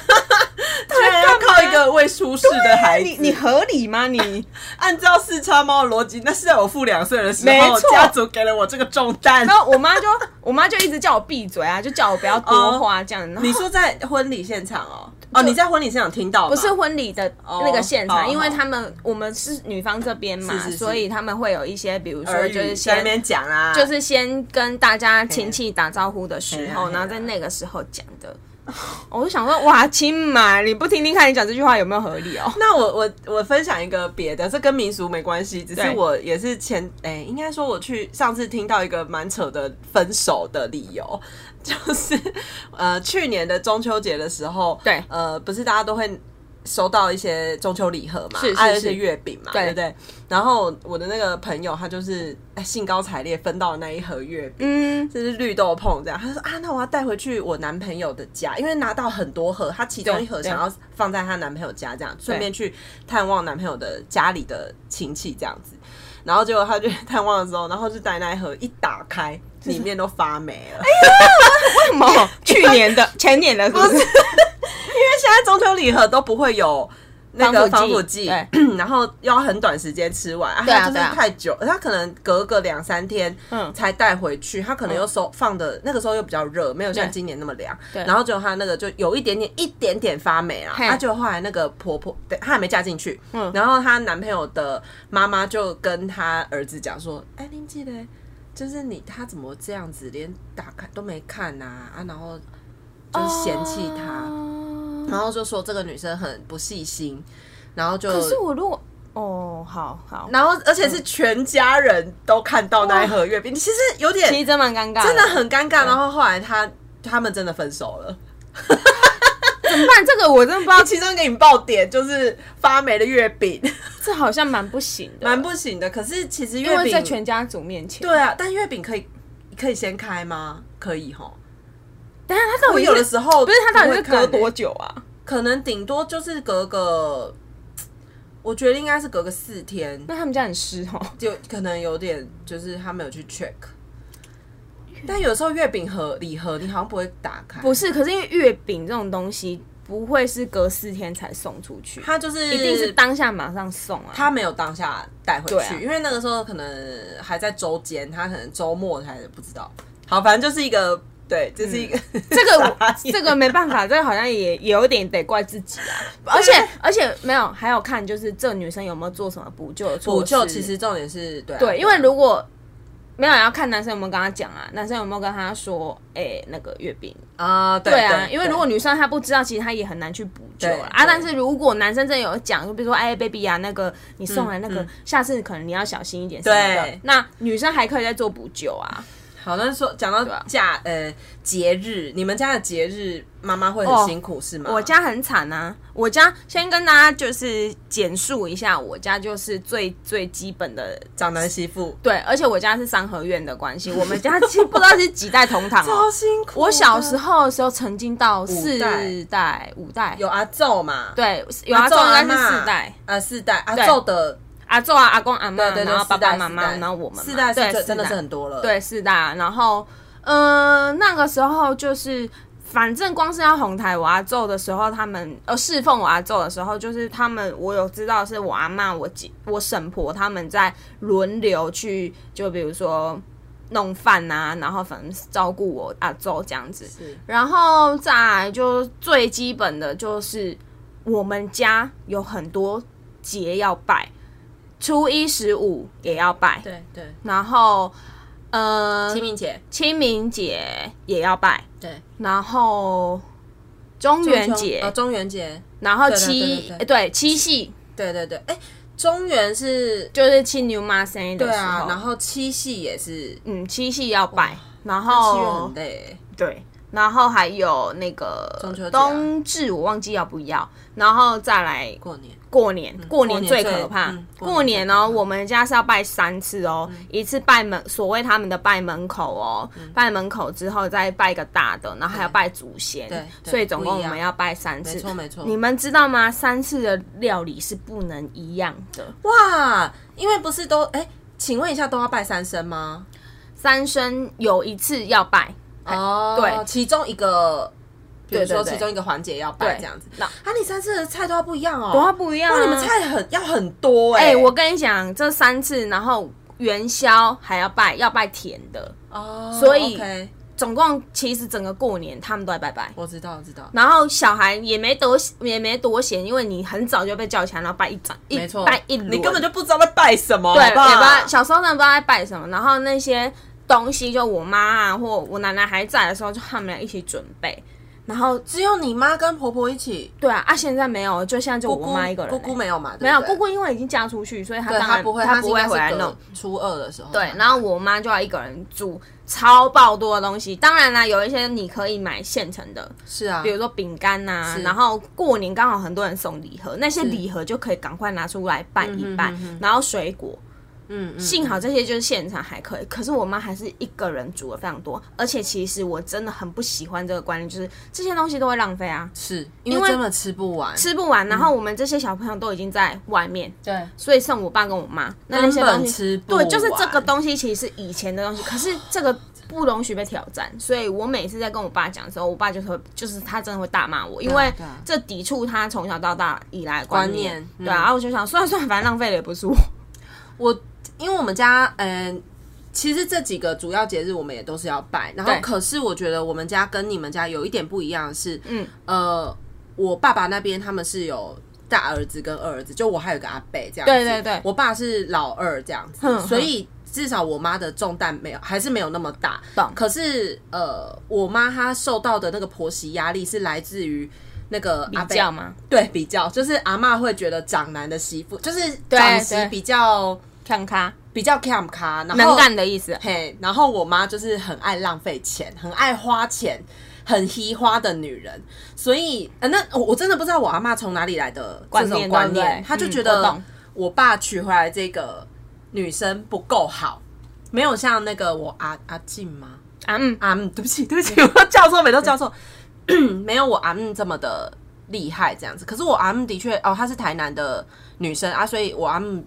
Speaker 1: 居然要靠一个未出世的孩子。
Speaker 2: 你你合理吗？你？
Speaker 1: 啊按照四叉猫的逻辑，那是在我负两岁的时
Speaker 2: 没
Speaker 1: 候，
Speaker 2: 错
Speaker 1: 家族给了我这个重担
Speaker 2: 然。后我妈就我妈就一直叫我闭嘴啊，就叫我不要多话这样。然后
Speaker 1: 哦你说在婚礼现场哦？哦，
Speaker 2: 就
Speaker 1: 你在婚礼现场听到吗
Speaker 2: 不是婚礼的那个现
Speaker 1: 哦
Speaker 2: 场，
Speaker 1: 好
Speaker 2: 因为他们我们是女方这边嘛
Speaker 1: 是是是
Speaker 2: 所以他们会有一些，比如
Speaker 1: 耳
Speaker 2: 说
Speaker 1: 语
Speaker 2: 就
Speaker 1: 在
Speaker 2: 是
Speaker 1: 那
Speaker 2: 先
Speaker 1: 边讲啊，
Speaker 2: 就是先跟大家亲戚打招呼的时
Speaker 1: 嘿
Speaker 2: 候，
Speaker 1: 啊
Speaker 2: 然后在那个时候讲的。我就想说，哇，亲妈，你不听听看你讲这句话有没有合理哦？
Speaker 1: 那我我我分享一个别的，这跟民俗没关系，只是
Speaker 2: 对
Speaker 1: 我也是前哎、应该说我去上次听到一个蛮扯的分手的理由，就是呃去年的中秋节的时候，
Speaker 2: 对
Speaker 1: 呃不是大家都会收到一些中秋礼盒嘛，啊
Speaker 2: 是是
Speaker 1: 还有一
Speaker 2: 是
Speaker 1: 些月饼嘛，
Speaker 2: 对
Speaker 1: 对不对？然后我的那个朋友他就是、哎兴高采烈分到了那一盒月饼。
Speaker 2: 嗯，
Speaker 1: 就是绿豆碰这样，他说啊，那我要带回去我男朋友的家，因为拿到很多盒，她其中一盒
Speaker 2: 对对
Speaker 1: 想要放在她男朋友家，这样顺便去探望男朋友的家里的亲戚这样子。然后结果她去 探望的时候，然后就带那一盒一打开，里面都发霉了。
Speaker 2: 为 什么？去年的、前年的，是不
Speaker 1: 不
Speaker 2: 是？
Speaker 1: 因为现在中秋礼盒都不会有那个
Speaker 2: 防
Speaker 1: 防
Speaker 2: 腐
Speaker 1: 腐
Speaker 2: 剂
Speaker 1: 剂， 然后要很短时间吃完，啊，
Speaker 2: 对啊
Speaker 1: 它就
Speaker 2: 对
Speaker 1: 是
Speaker 2: 啊
Speaker 1: 太久，它可能隔个两三天
Speaker 2: 嗯
Speaker 1: 才带回去，它可能又收放的那个时候又比较热，没有像今年那么凉，
Speaker 2: 对
Speaker 1: 然后就它那个就有一点点一点点发霉啊，
Speaker 2: 嘿
Speaker 1: 啊，就后来那个婆婆，对，她还没嫁进去
Speaker 2: 嗯，
Speaker 1: 然后她男朋友的妈妈就跟她儿子讲说，哎，林记得。就是你，他怎么这样子，连打开都没看呐啊然后就是嫌弃他，
Speaker 2: 哦
Speaker 1: 然后就说这个女生很不细心，然后就，
Speaker 2: 可是我如果哦，好好，
Speaker 1: 然后而且是全家人都看到那一盒月饼，其实有
Speaker 2: 其
Speaker 1: 点
Speaker 2: 实真蛮尴尬，
Speaker 1: 真的很尴
Speaker 2: 嗯
Speaker 1: 尬。然后后来他他们真的分手了。
Speaker 2: 怎么办？这个我真的不知
Speaker 1: 然
Speaker 2: 道
Speaker 1: 后，其中一个引爆点就是发霉的月饼，
Speaker 2: 这好像蛮不行的，
Speaker 1: 蛮不行的。可是其实
Speaker 2: 啊因
Speaker 1: 月
Speaker 2: 为在
Speaker 1: 饼
Speaker 2: 全家族面前，
Speaker 1: 对啊，但月饼可以可以先开吗？可以吼。
Speaker 2: 等一下他到
Speaker 1: 我
Speaker 2: 底
Speaker 1: 有
Speaker 2: 是
Speaker 1: 的时候
Speaker 2: 不是他到底
Speaker 1: 会
Speaker 2: 是
Speaker 1: 看
Speaker 2: 隔
Speaker 1: 欸
Speaker 2: 多久啊？
Speaker 1: 可能顶多就是隔个，我觉得应该是隔个四天，
Speaker 2: 那他们家很湿哦。
Speaker 1: 就可能有点就是他没有去 check。但有时候月饼盒礼盒你好像不会打开，
Speaker 2: 不是，可是因为月饼这种东西不会是隔四天才送出去，
Speaker 1: 他就是
Speaker 2: 一定是当下马上送啊。
Speaker 1: 他没有当下带回去，
Speaker 2: 对啊
Speaker 1: 因为那个时候可能还在周间，他可能周末才不知道。好，反正就是一个对，嗯这是一个、
Speaker 2: 这个我
Speaker 1: 傻眼
Speaker 2: 这个没 办法，这个好像也也有点得怪自己啊。而且而且没有，还有看就是这女生有没有做什么补救的措
Speaker 1: 补
Speaker 2: 施
Speaker 1: 救。其实重点是对啊、
Speaker 2: 对，因为如果没有要看男生有没有跟他讲啊，男生有没有跟他说，哎、那个月饼。
Speaker 1: 啊，对
Speaker 2: 对啊，
Speaker 1: 对
Speaker 2: 因为如果女生她不知道，其实她也很难去补救
Speaker 1: 对
Speaker 2: 啦啊。
Speaker 1: 对
Speaker 2: 但是如果男生真的有讲，就比如说，哎，baby 啊，那个你送来那个，
Speaker 1: 嗯
Speaker 2: 下次可能你要小心一点什么的
Speaker 1: 对。
Speaker 2: 那女生还可以再做补救啊。
Speaker 1: 好，那说讲到假呃节日，你们家的节日妈妈会
Speaker 2: 哦
Speaker 1: 很辛苦、是吗？
Speaker 2: 我家很惨啊！我家先跟大家就是简述一下，我家就是最最基本的，
Speaker 1: 长男媳妇
Speaker 2: 对，而且我家是三合院的关系，我们家其实不知道是几代同堂 哦
Speaker 1: 超。辛苦的。
Speaker 2: 我小时候的时候曾经到四代、五代，
Speaker 1: 有啊阿昼嘛，
Speaker 2: 对，有阿
Speaker 1: 昼
Speaker 2: 昼应该是
Speaker 1: 阿嬷
Speaker 2: 四代，
Speaker 1: 呃四代阿
Speaker 2: 对
Speaker 1: 昼的
Speaker 2: 阿昼啊、阿公、阿妈，
Speaker 1: 对对
Speaker 2: 然后
Speaker 1: 四
Speaker 2: 爸
Speaker 1: 代
Speaker 2: 爸
Speaker 1: 四
Speaker 2: 妈妈，
Speaker 1: 代
Speaker 2: 然后我们嘛，
Speaker 1: 四代
Speaker 2: 对
Speaker 1: 是最
Speaker 2: 四
Speaker 1: 真的
Speaker 2: 代
Speaker 1: 是很多了，
Speaker 2: 对，是的。然后，呃，那个时候就是，反正光是要哄抬我阿昼的时候，他们呃侍奉我阿昼的时候，就是他们我有知道是我阿妈、我姐、我婶婆他们在轮流去，就比如说弄饭啊，然后反正照顾我阿昼这样子。
Speaker 1: 是
Speaker 2: 然后再来就最基本的就是我们家有很多节要拜，初一十五也要拜，
Speaker 1: 对对，
Speaker 2: 然后呃
Speaker 1: 清明节
Speaker 2: 清明节也要拜，
Speaker 1: 对，
Speaker 2: 然后中元
Speaker 1: 啊
Speaker 2: 节，
Speaker 1: 中元节，
Speaker 2: 然后
Speaker 1: 对对
Speaker 2: 七
Speaker 1: 对对对
Speaker 2: 呃对七夕
Speaker 1: 对对对，哎，中元是
Speaker 2: 就是七牛妈生日的
Speaker 1: 对
Speaker 2: 时
Speaker 1: 啊，
Speaker 2: 候，
Speaker 1: 然后七夕也是，
Speaker 2: 嗯哦七夕要拜，然
Speaker 1: 七月
Speaker 2: 后
Speaker 1: 很累，
Speaker 2: 对，然后还有那个
Speaker 1: 中秋节啊
Speaker 2: 冬至，我忘记要不要，然后再来
Speaker 1: 过年
Speaker 2: 过年，过年
Speaker 1: 嗯过年
Speaker 2: 最
Speaker 1: 最
Speaker 2: 可怕。
Speaker 1: 嗯
Speaker 2: 过
Speaker 1: 过
Speaker 2: 年
Speaker 1: 年最
Speaker 2: 哦，
Speaker 1: 可怕嗯
Speaker 2: 我们家是要拜三次哦，一次拜门，所谓他们的拜门口哦，拜门口之后再拜一个大的，然后还要拜祖先
Speaker 1: 对，对
Speaker 2: 所以总共
Speaker 1: 不
Speaker 2: 我
Speaker 1: 一样
Speaker 2: 们要拜三次。
Speaker 1: 没错没错
Speaker 2: 你们知道吗？三次的料理是不能一样的。
Speaker 1: 哇，因为不是都哎，请问一下都要拜三牲吗？
Speaker 2: 三生有一次要拜，
Speaker 1: 哦，
Speaker 2: 哎对
Speaker 1: 其中一个，比如
Speaker 2: 对对
Speaker 1: 说
Speaker 2: 对
Speaker 1: 其中一个环节要
Speaker 2: 对
Speaker 1: 拜，这样子。
Speaker 2: 那
Speaker 1: 啊，你三次的菜都要不一样哦，
Speaker 2: 都要不一样、啊。
Speaker 1: 哇，你们菜很要很多哎、
Speaker 2: 哎、我跟你讲，这三次，然后元宵还要拜，要拜甜的，
Speaker 1: 哦，
Speaker 2: 所以
Speaker 1: OK，
Speaker 2: 总共其实整个过年他们都在拜拜。
Speaker 1: 我知道，我知道，
Speaker 2: 然后小孩也没多也没多闲，因为你很早就被叫起来，然后拜一整一
Speaker 1: 没错，
Speaker 2: 拜一轮，
Speaker 1: 你根本就不知道在拜什么，
Speaker 2: 对，
Speaker 1: 好
Speaker 2: 也
Speaker 1: 不
Speaker 2: 不知道
Speaker 1: 好？
Speaker 2: 小时候真的不知道在拜什么。然后那些东西，就我妈啊或我奶奶还在的时候，就他们俩一起准备。然后
Speaker 1: 只有你妈跟婆婆一起，
Speaker 2: 对啊，啊现在没有，就现在就
Speaker 1: 姑
Speaker 2: 我
Speaker 1: 姑
Speaker 2: 妈一个人、
Speaker 1: 姑姑没有嘛？
Speaker 2: 没有
Speaker 1: 对
Speaker 2: 姑
Speaker 1: 不对，
Speaker 2: 姑，因为已经嫁出去，所以她
Speaker 1: 对
Speaker 2: 当然
Speaker 1: 她不会，
Speaker 2: 她不会
Speaker 1: 应该是
Speaker 2: 回来
Speaker 1: 隔
Speaker 2: 弄。
Speaker 1: 初二的时候，
Speaker 2: 对，然后我妈就要一个人煮超爆多的东西。当然啦，有一些你可以买现成的，
Speaker 1: 是啊，
Speaker 2: 比如说饼干呐
Speaker 1: 是，
Speaker 2: 然后过年刚好很多人送礼盒，那些礼盒就可以赶快拿出来拌一
Speaker 1: 嗯
Speaker 2: 拌，
Speaker 1: 哼嗯哼
Speaker 2: 然后水果。
Speaker 1: 嗯嗯，
Speaker 2: 幸好这些就是现场还可以，可是我妈还是一个人煮了非常多，而且其实我真的很不喜欢这个观念，就是这些东西都会浪费啊，
Speaker 1: 是因
Speaker 2: 因
Speaker 1: 为
Speaker 2: 为
Speaker 1: 根本吃不完，
Speaker 2: 吃不完。然
Speaker 1: 嗯
Speaker 2: 后我们这些小朋友都已经在外面，
Speaker 1: 对，
Speaker 2: 所以剩我爸跟我妈，那那
Speaker 1: 根
Speaker 2: 些东
Speaker 1: 本
Speaker 2: 西
Speaker 1: 吃不
Speaker 2: 对，
Speaker 1: 完，
Speaker 2: 就是这个东西其实是以前的东西，可是这个不容许被挑战，所以我每次在跟我爸讲的时候，我爸就是会，就是他真的会大骂我，因
Speaker 1: 对啊
Speaker 2: 为
Speaker 1: 对啊
Speaker 2: 这抵触他从小到大以来的观
Speaker 1: 观
Speaker 2: 念。
Speaker 1: 念嗯
Speaker 2: 对啊，然后我就想，算了算了，反正浪费了也不是我。
Speaker 1: 我因为我们家嗯、呃其实这几个主要节日我们也都是要拜，然后
Speaker 2: 对
Speaker 1: 可是我觉得我们家跟你们家有一点不一样的是，
Speaker 2: 嗯，
Speaker 1: 呃，我爸爸那边他们是有。大儿子跟二儿子，就我还有一个阿伯这样子。
Speaker 2: 对对对
Speaker 1: 我爸是老二这样
Speaker 2: 哼
Speaker 1: 子，
Speaker 2: 哼
Speaker 1: 所以至少我妈的重担没有，还是没有那么大。
Speaker 2: 懂
Speaker 1: 可是呃，我妈她受到的那个婆媳压力是来自于那个
Speaker 2: 比
Speaker 1: 阿伯
Speaker 2: 较吗？
Speaker 1: 对比较，就是阿嬷会觉得长男的媳妇就是
Speaker 2: 对
Speaker 1: 长媳
Speaker 2: 对
Speaker 1: 比较
Speaker 2: 看咖
Speaker 1: 比较 cam 咖，然
Speaker 2: 能
Speaker 1: 后
Speaker 2: 干的意思。
Speaker 1: 嘿，然后我妈就是很爱浪费钱，很爱花钱，很稀花的女人，所以呃，那我我真的不知道我阿妈从哪里来的这种
Speaker 2: 观
Speaker 1: 观
Speaker 2: 念对
Speaker 1: 念
Speaker 2: 不对，
Speaker 1: 她就
Speaker 2: 嗯
Speaker 1: 觉
Speaker 2: 我
Speaker 1: 得
Speaker 2: 懂
Speaker 1: 我爸娶回来这个女生不够好，没有像那个我阿阿静吗？
Speaker 2: 啊嗯，
Speaker 1: 啊嗯，对不起，对不起， 我叫错，每都叫错， 没有我啊嗯这么的厉害这样子。可是我啊嗯的确哦，她是台南的女生啊，所以我啊嗯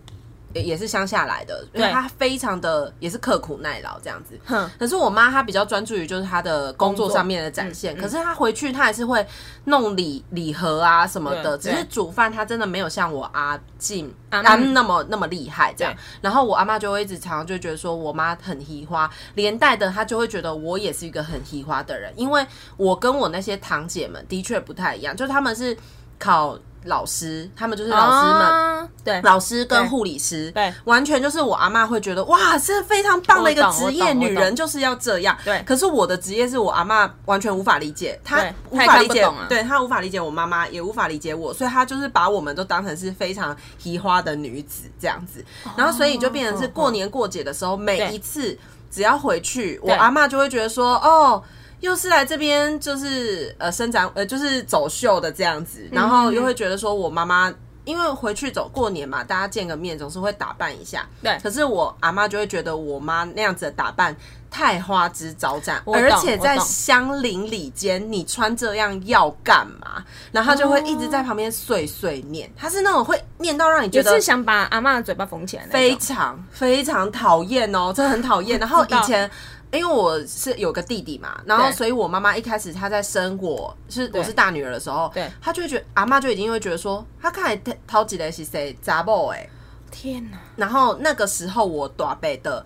Speaker 1: 也也是乡下来的，因为
Speaker 2: 对
Speaker 1: 她非常的也是刻苦耐劳这样子。
Speaker 2: 哼，
Speaker 1: 可是我妈她比较专注于就是她的工
Speaker 2: 工
Speaker 1: 作
Speaker 2: 作
Speaker 1: 上面的展现，
Speaker 2: 嗯嗯
Speaker 1: 可是她回去她还是会弄礼礼盒啊什么的，只
Speaker 2: 对
Speaker 1: 是煮饭她真的没有像我阿静
Speaker 2: 阿
Speaker 1: 阿
Speaker 2: 嬷
Speaker 1: 那么那么厉害这样
Speaker 2: 对。
Speaker 1: 然后我阿妈就会一直常常就觉得说我妈很移花，连带的她就会觉得我也是一个很移花的人，因为我跟我那些堂姐们的确不太一样，就是他们是考老师，他们就是老师们。
Speaker 2: 啊对，
Speaker 1: 老师跟
Speaker 2: 对
Speaker 1: 护理师，
Speaker 2: 对
Speaker 1: 完全就是我阿妈会觉得哇，是非常棒的一个
Speaker 2: 我懂
Speaker 1: 职
Speaker 2: 我
Speaker 1: 业，
Speaker 2: 懂我
Speaker 1: 女
Speaker 2: 懂
Speaker 1: 人就是要这样。
Speaker 2: 对
Speaker 1: 可是我的职业是我阿妈完全无法理解，她
Speaker 2: 对
Speaker 1: 无
Speaker 2: 她也
Speaker 1: 法
Speaker 2: 看
Speaker 1: 理
Speaker 2: 不
Speaker 1: 解，
Speaker 2: 懂啊
Speaker 1: 对她无法理解我妈妈，也无法理解我，所以她就是把我们都当成是非常移花的女子这样子。然后所以就变成是
Speaker 2: 哦哦
Speaker 1: 过年过节的时候，每
Speaker 2: 对
Speaker 1: 一次只要回去，我
Speaker 2: 对
Speaker 1: 阿妈就会觉得说哦。又是来这边就是呃伸展呃就是走秀的这样子，
Speaker 2: 嗯
Speaker 1: 然后又会觉得说我妈妈因为回去走过年嘛，大家见个面总是会打扮一下。
Speaker 2: 对
Speaker 1: 可是我阿妈就会觉得我妈那样子的打扮太花枝招展，
Speaker 2: 我懂
Speaker 1: 而且在
Speaker 2: 我懂
Speaker 1: 乡邻里间你穿这样要干嘛？然后她
Speaker 2: 哦
Speaker 1: 就会一直在旁边碎碎念，她是那种会念到让你觉
Speaker 2: 也
Speaker 1: 得
Speaker 2: 是想把阿嬷的嘴巴缝起来那
Speaker 1: 非
Speaker 2: 种，
Speaker 1: 常非常讨厌哦，真的很讨厌。然后
Speaker 2: 知道
Speaker 1: 以前。因为我是有个弟弟嘛，然后
Speaker 2: 对
Speaker 1: 所以我妈妈一开始她在生我是
Speaker 2: 对
Speaker 1: 我是大女儿的时候，
Speaker 2: 对
Speaker 1: 她就会觉得阿妈就已经会觉得说，她看来陶几雷是谁杂某哎，
Speaker 2: 天哪，
Speaker 1: 然后那个时候我大伯的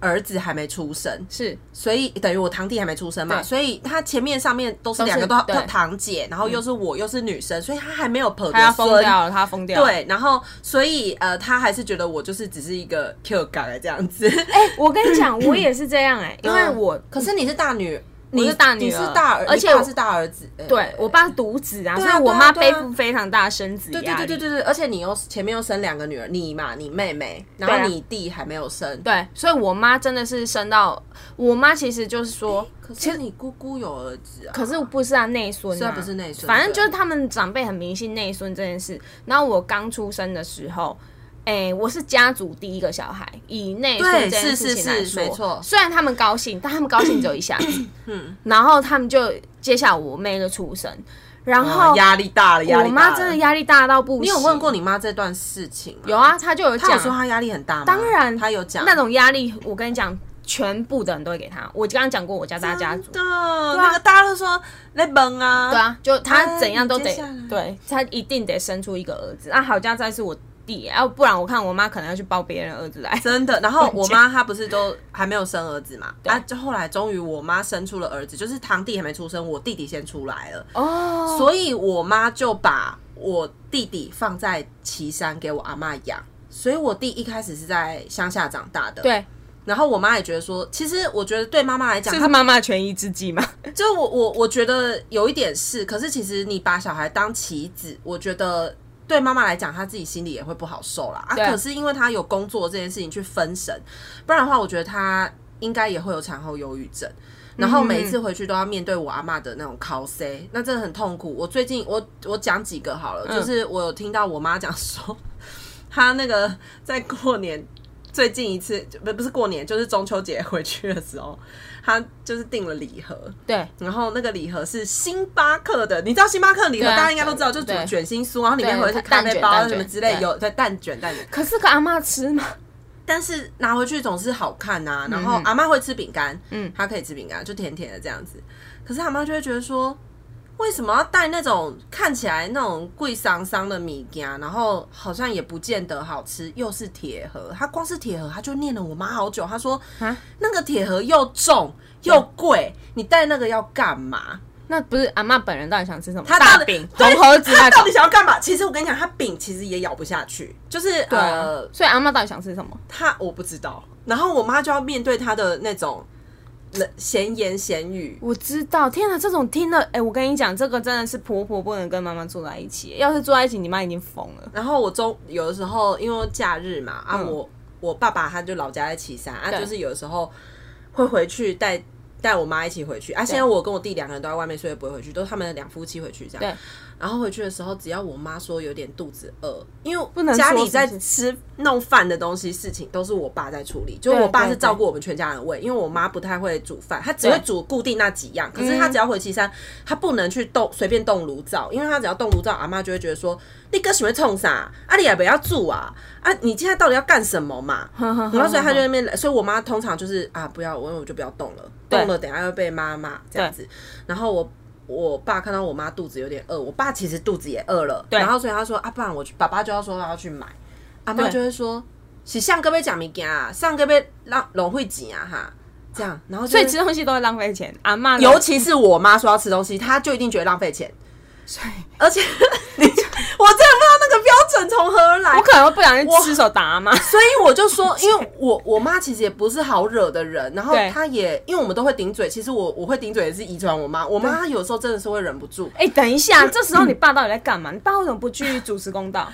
Speaker 1: 儿子还没出生，
Speaker 2: 是
Speaker 1: 所以等于我堂弟还没出生嘛，
Speaker 2: 对
Speaker 1: 所以他前面上面都是
Speaker 2: 都是
Speaker 1: 两个都
Speaker 2: 对
Speaker 1: 都堂姐，然后又是我、又是女生，所以他还没有捧
Speaker 2: 他要
Speaker 1: 得
Speaker 2: 疯
Speaker 1: 孙。
Speaker 2: 掉了，他要疯掉了。
Speaker 1: 对，然后所以呃，他还是觉得我就是只是一个 Q 感的这样子。
Speaker 2: 哎、我跟 你讲，我也是这样
Speaker 1: 嗯
Speaker 2: 哎、因为我
Speaker 1: 可是你是大女，
Speaker 2: 你是大女儿
Speaker 1: 你是大儿，
Speaker 2: 而且
Speaker 1: 你爸
Speaker 2: 我
Speaker 1: 是大儿子。呃
Speaker 2: 对我爸独子啊，
Speaker 1: 对
Speaker 2: 所
Speaker 1: 啊
Speaker 2: 以我妈
Speaker 1: 对啊
Speaker 2: 背
Speaker 1: 对啊
Speaker 2: 负非常大的生子
Speaker 1: 对
Speaker 2: 压力。
Speaker 1: 对对对对对，而且你又前面又生两个女儿，你嘛，你妹妹，然
Speaker 2: 对
Speaker 1: 后
Speaker 2: 啊
Speaker 1: 你弟还没有生。
Speaker 2: 对，所以我妈真的是生到我妈，其实就是说，
Speaker 1: 可是你姑姑有儿子啊，
Speaker 2: 可是不是啊内孙、啊，
Speaker 1: 哎是啊不是内孙
Speaker 2: 反正
Speaker 1: 对
Speaker 2: 就是他们长辈很迷信内孙这件事。然后我刚出生的时候。哎、我是家族第一个小孩，以内孙
Speaker 1: 对
Speaker 2: 这件
Speaker 1: 是
Speaker 2: 事
Speaker 1: 是
Speaker 2: 情来
Speaker 1: 是
Speaker 2: 说，
Speaker 1: 没错
Speaker 2: 虽然他们高兴，但他们高兴只有一下子，嗯，然后他们就接下来我妹就出生，然后
Speaker 1: 哦压力大了，压力
Speaker 2: 我
Speaker 1: 大
Speaker 2: 妈
Speaker 1: 了
Speaker 2: 真的压力大到不行。
Speaker 1: 你有问过你妈这段事情吗？
Speaker 2: 有，啊，她就有
Speaker 1: 她
Speaker 2: 讲
Speaker 1: 有说她压力很大吗？
Speaker 2: 当然
Speaker 1: 她有讲
Speaker 2: 那种压力，我跟你讲，全部的人都会给她。我刚刚讲过我家大家族
Speaker 1: 真，的，那个大家都说来蒙啊，
Speaker 2: 对，啊，就她怎样都
Speaker 1: 哎
Speaker 2: 得
Speaker 1: 你接下来，
Speaker 2: 对她一定得生出一个儿子。啊，好家在是我弟，要、不然我看我妈可能要去抱别人儿子来。
Speaker 1: 真的。然后我妈她不是都还没有生儿子嘛，啊，就后来终于我妈生出了儿子，就是堂弟还没出生，我弟弟先出来了，
Speaker 2: 哦，
Speaker 1: 所以我妈就把我弟弟放在岐山给我阿妈养。所以，我弟一开始是在乡下长大的。，
Speaker 2: 对，
Speaker 1: 然后我妈也觉得说，其实我觉得对妈妈来讲，
Speaker 2: 这是妈妈权宜之计嘛？
Speaker 1: 就我我我觉得有一点是，可是其实你把小孩当棋子，我觉得对妈妈来讲，她自己心里也会不好受啦。啊，
Speaker 2: 对
Speaker 1: 可是因为她有工作这件事情去分神，不然的话，我觉得她应该也会有产后忧郁症。然后每一次回去都要面对我阿妈的那种 cos，那真的很痛苦。我最近我我讲几个好了，就是我有听到我妈讲说，她那个在过年最近一次不不是过年，就是中秋节回去的时候，她就是订了礼盒，
Speaker 2: 对，
Speaker 1: 然后那个礼盒是星巴克的，你知道星巴克礼盒
Speaker 2: 对啊
Speaker 1: 大家应该都知道，就是
Speaker 2: 对
Speaker 1: 卷心酥，然后里面
Speaker 2: 对
Speaker 1: 会是咖啡
Speaker 2: 蛋卷
Speaker 1: 包
Speaker 2: 蛋
Speaker 1: 什么
Speaker 2: 卷
Speaker 1: 之类，
Speaker 2: 对
Speaker 1: 有对蛋卷蛋卷，
Speaker 2: 可是给阿妈吃嘛？
Speaker 1: 但是拿回去总是好看呐、然后阿妈会吃饼干，嗯
Speaker 2: 嗯，
Speaker 1: 她可以吃饼干，就甜甜的这样子。可是阿妈就会觉得说，为什么要带那种看起来那种贵桑桑的米羹，然后好像也不见得好吃，又是铁盒。她光是铁盒，她就念了我妈好久。她说
Speaker 2: 啊，
Speaker 1: 那个铁盒又重又贵，你带那个要干嘛？
Speaker 2: 那不是阿妈本人到底想吃什么？
Speaker 1: 他到
Speaker 2: 大
Speaker 1: 底
Speaker 2: 饼、
Speaker 1: 对
Speaker 2: 红盒子
Speaker 1: 他
Speaker 2: 那
Speaker 1: 到
Speaker 2: 种
Speaker 1: 底。想要干嘛？其实我跟你讲，他饼其实也咬不下去，就是
Speaker 2: 对啊
Speaker 1: 呃，，
Speaker 2: 所以阿妈到底想吃什么？
Speaker 1: 他我不知道。然后我妈就要面对他的那种冷闲言闲语，
Speaker 2: 我知道，天哪，这种听了，哎、我跟你讲，这个真的是婆婆不能跟妈妈住在一起，要是住在一起，你妈已经疯了。
Speaker 1: 然后我中有的时候因为假日嘛，啊
Speaker 2: 嗯
Speaker 1: 我我爸爸他就老家在岐山，啊
Speaker 2: 对
Speaker 1: 就是有的时候会回去带带我妈一起回去啊。现在我跟我弟两个人都在外面，所以不会回去，都是他们两夫妻回去这样。
Speaker 2: 对。
Speaker 1: 然后回去的时候，只要我妈说有点肚子饿，因为
Speaker 2: 不能
Speaker 1: 家
Speaker 2: 说
Speaker 1: 里
Speaker 2: 是
Speaker 1: 在
Speaker 2: 不是
Speaker 1: 吃弄饭的东西事情都是我爸在处理，就是
Speaker 2: 对
Speaker 1: 我爸
Speaker 2: 对
Speaker 1: 是照
Speaker 2: 对
Speaker 1: 顾我们全家人的胃，因为我妈不太会煮饭，她只会
Speaker 2: 对
Speaker 1: 煮固定那几样。可是她
Speaker 2: 嗯
Speaker 1: 只要回岐山，她不能去动随便动炉灶，因为她只要动炉灶，阿妈就会觉得说你哥喜欢冲啥，啊你也不要住啊，啊你现在到底要干什么嘛？然后所以她就在那边，所以我妈通常就是啊不要，我我就不要动了，
Speaker 2: 对
Speaker 1: 动了等一下又被妈妈骂这样子。然后我。我爸看到我妈肚子有点饿，我爸其实肚子也饿了，
Speaker 2: 对
Speaker 1: 然后所以他说啊，不然我去，爸爸就要说他要去买，阿妈
Speaker 2: 对
Speaker 1: 就会说是上个被讲物件啊，上个被浪浪费钱啊哈，这样，然后就
Speaker 2: 所以
Speaker 1: 是
Speaker 2: 吃东西都会浪费钱。阿妈
Speaker 1: 尤其是我妈说要吃东西，她就一定觉得浪费钱，而 且你就我真的不知道那个标准从何而来
Speaker 2: 我，可能会不小心失手打阿妈。
Speaker 1: 所以我就 说，因为我我妈其实也不是好惹的人，然后
Speaker 2: 对
Speaker 1: 她也因为我们都会顶嘴，其实我我会顶嘴也是遗传我妈，我妈她有时候真的是会忍不住，
Speaker 2: 哎、等一下， 这时候你爸到底在干嘛？你爸为什么不 去主持公道？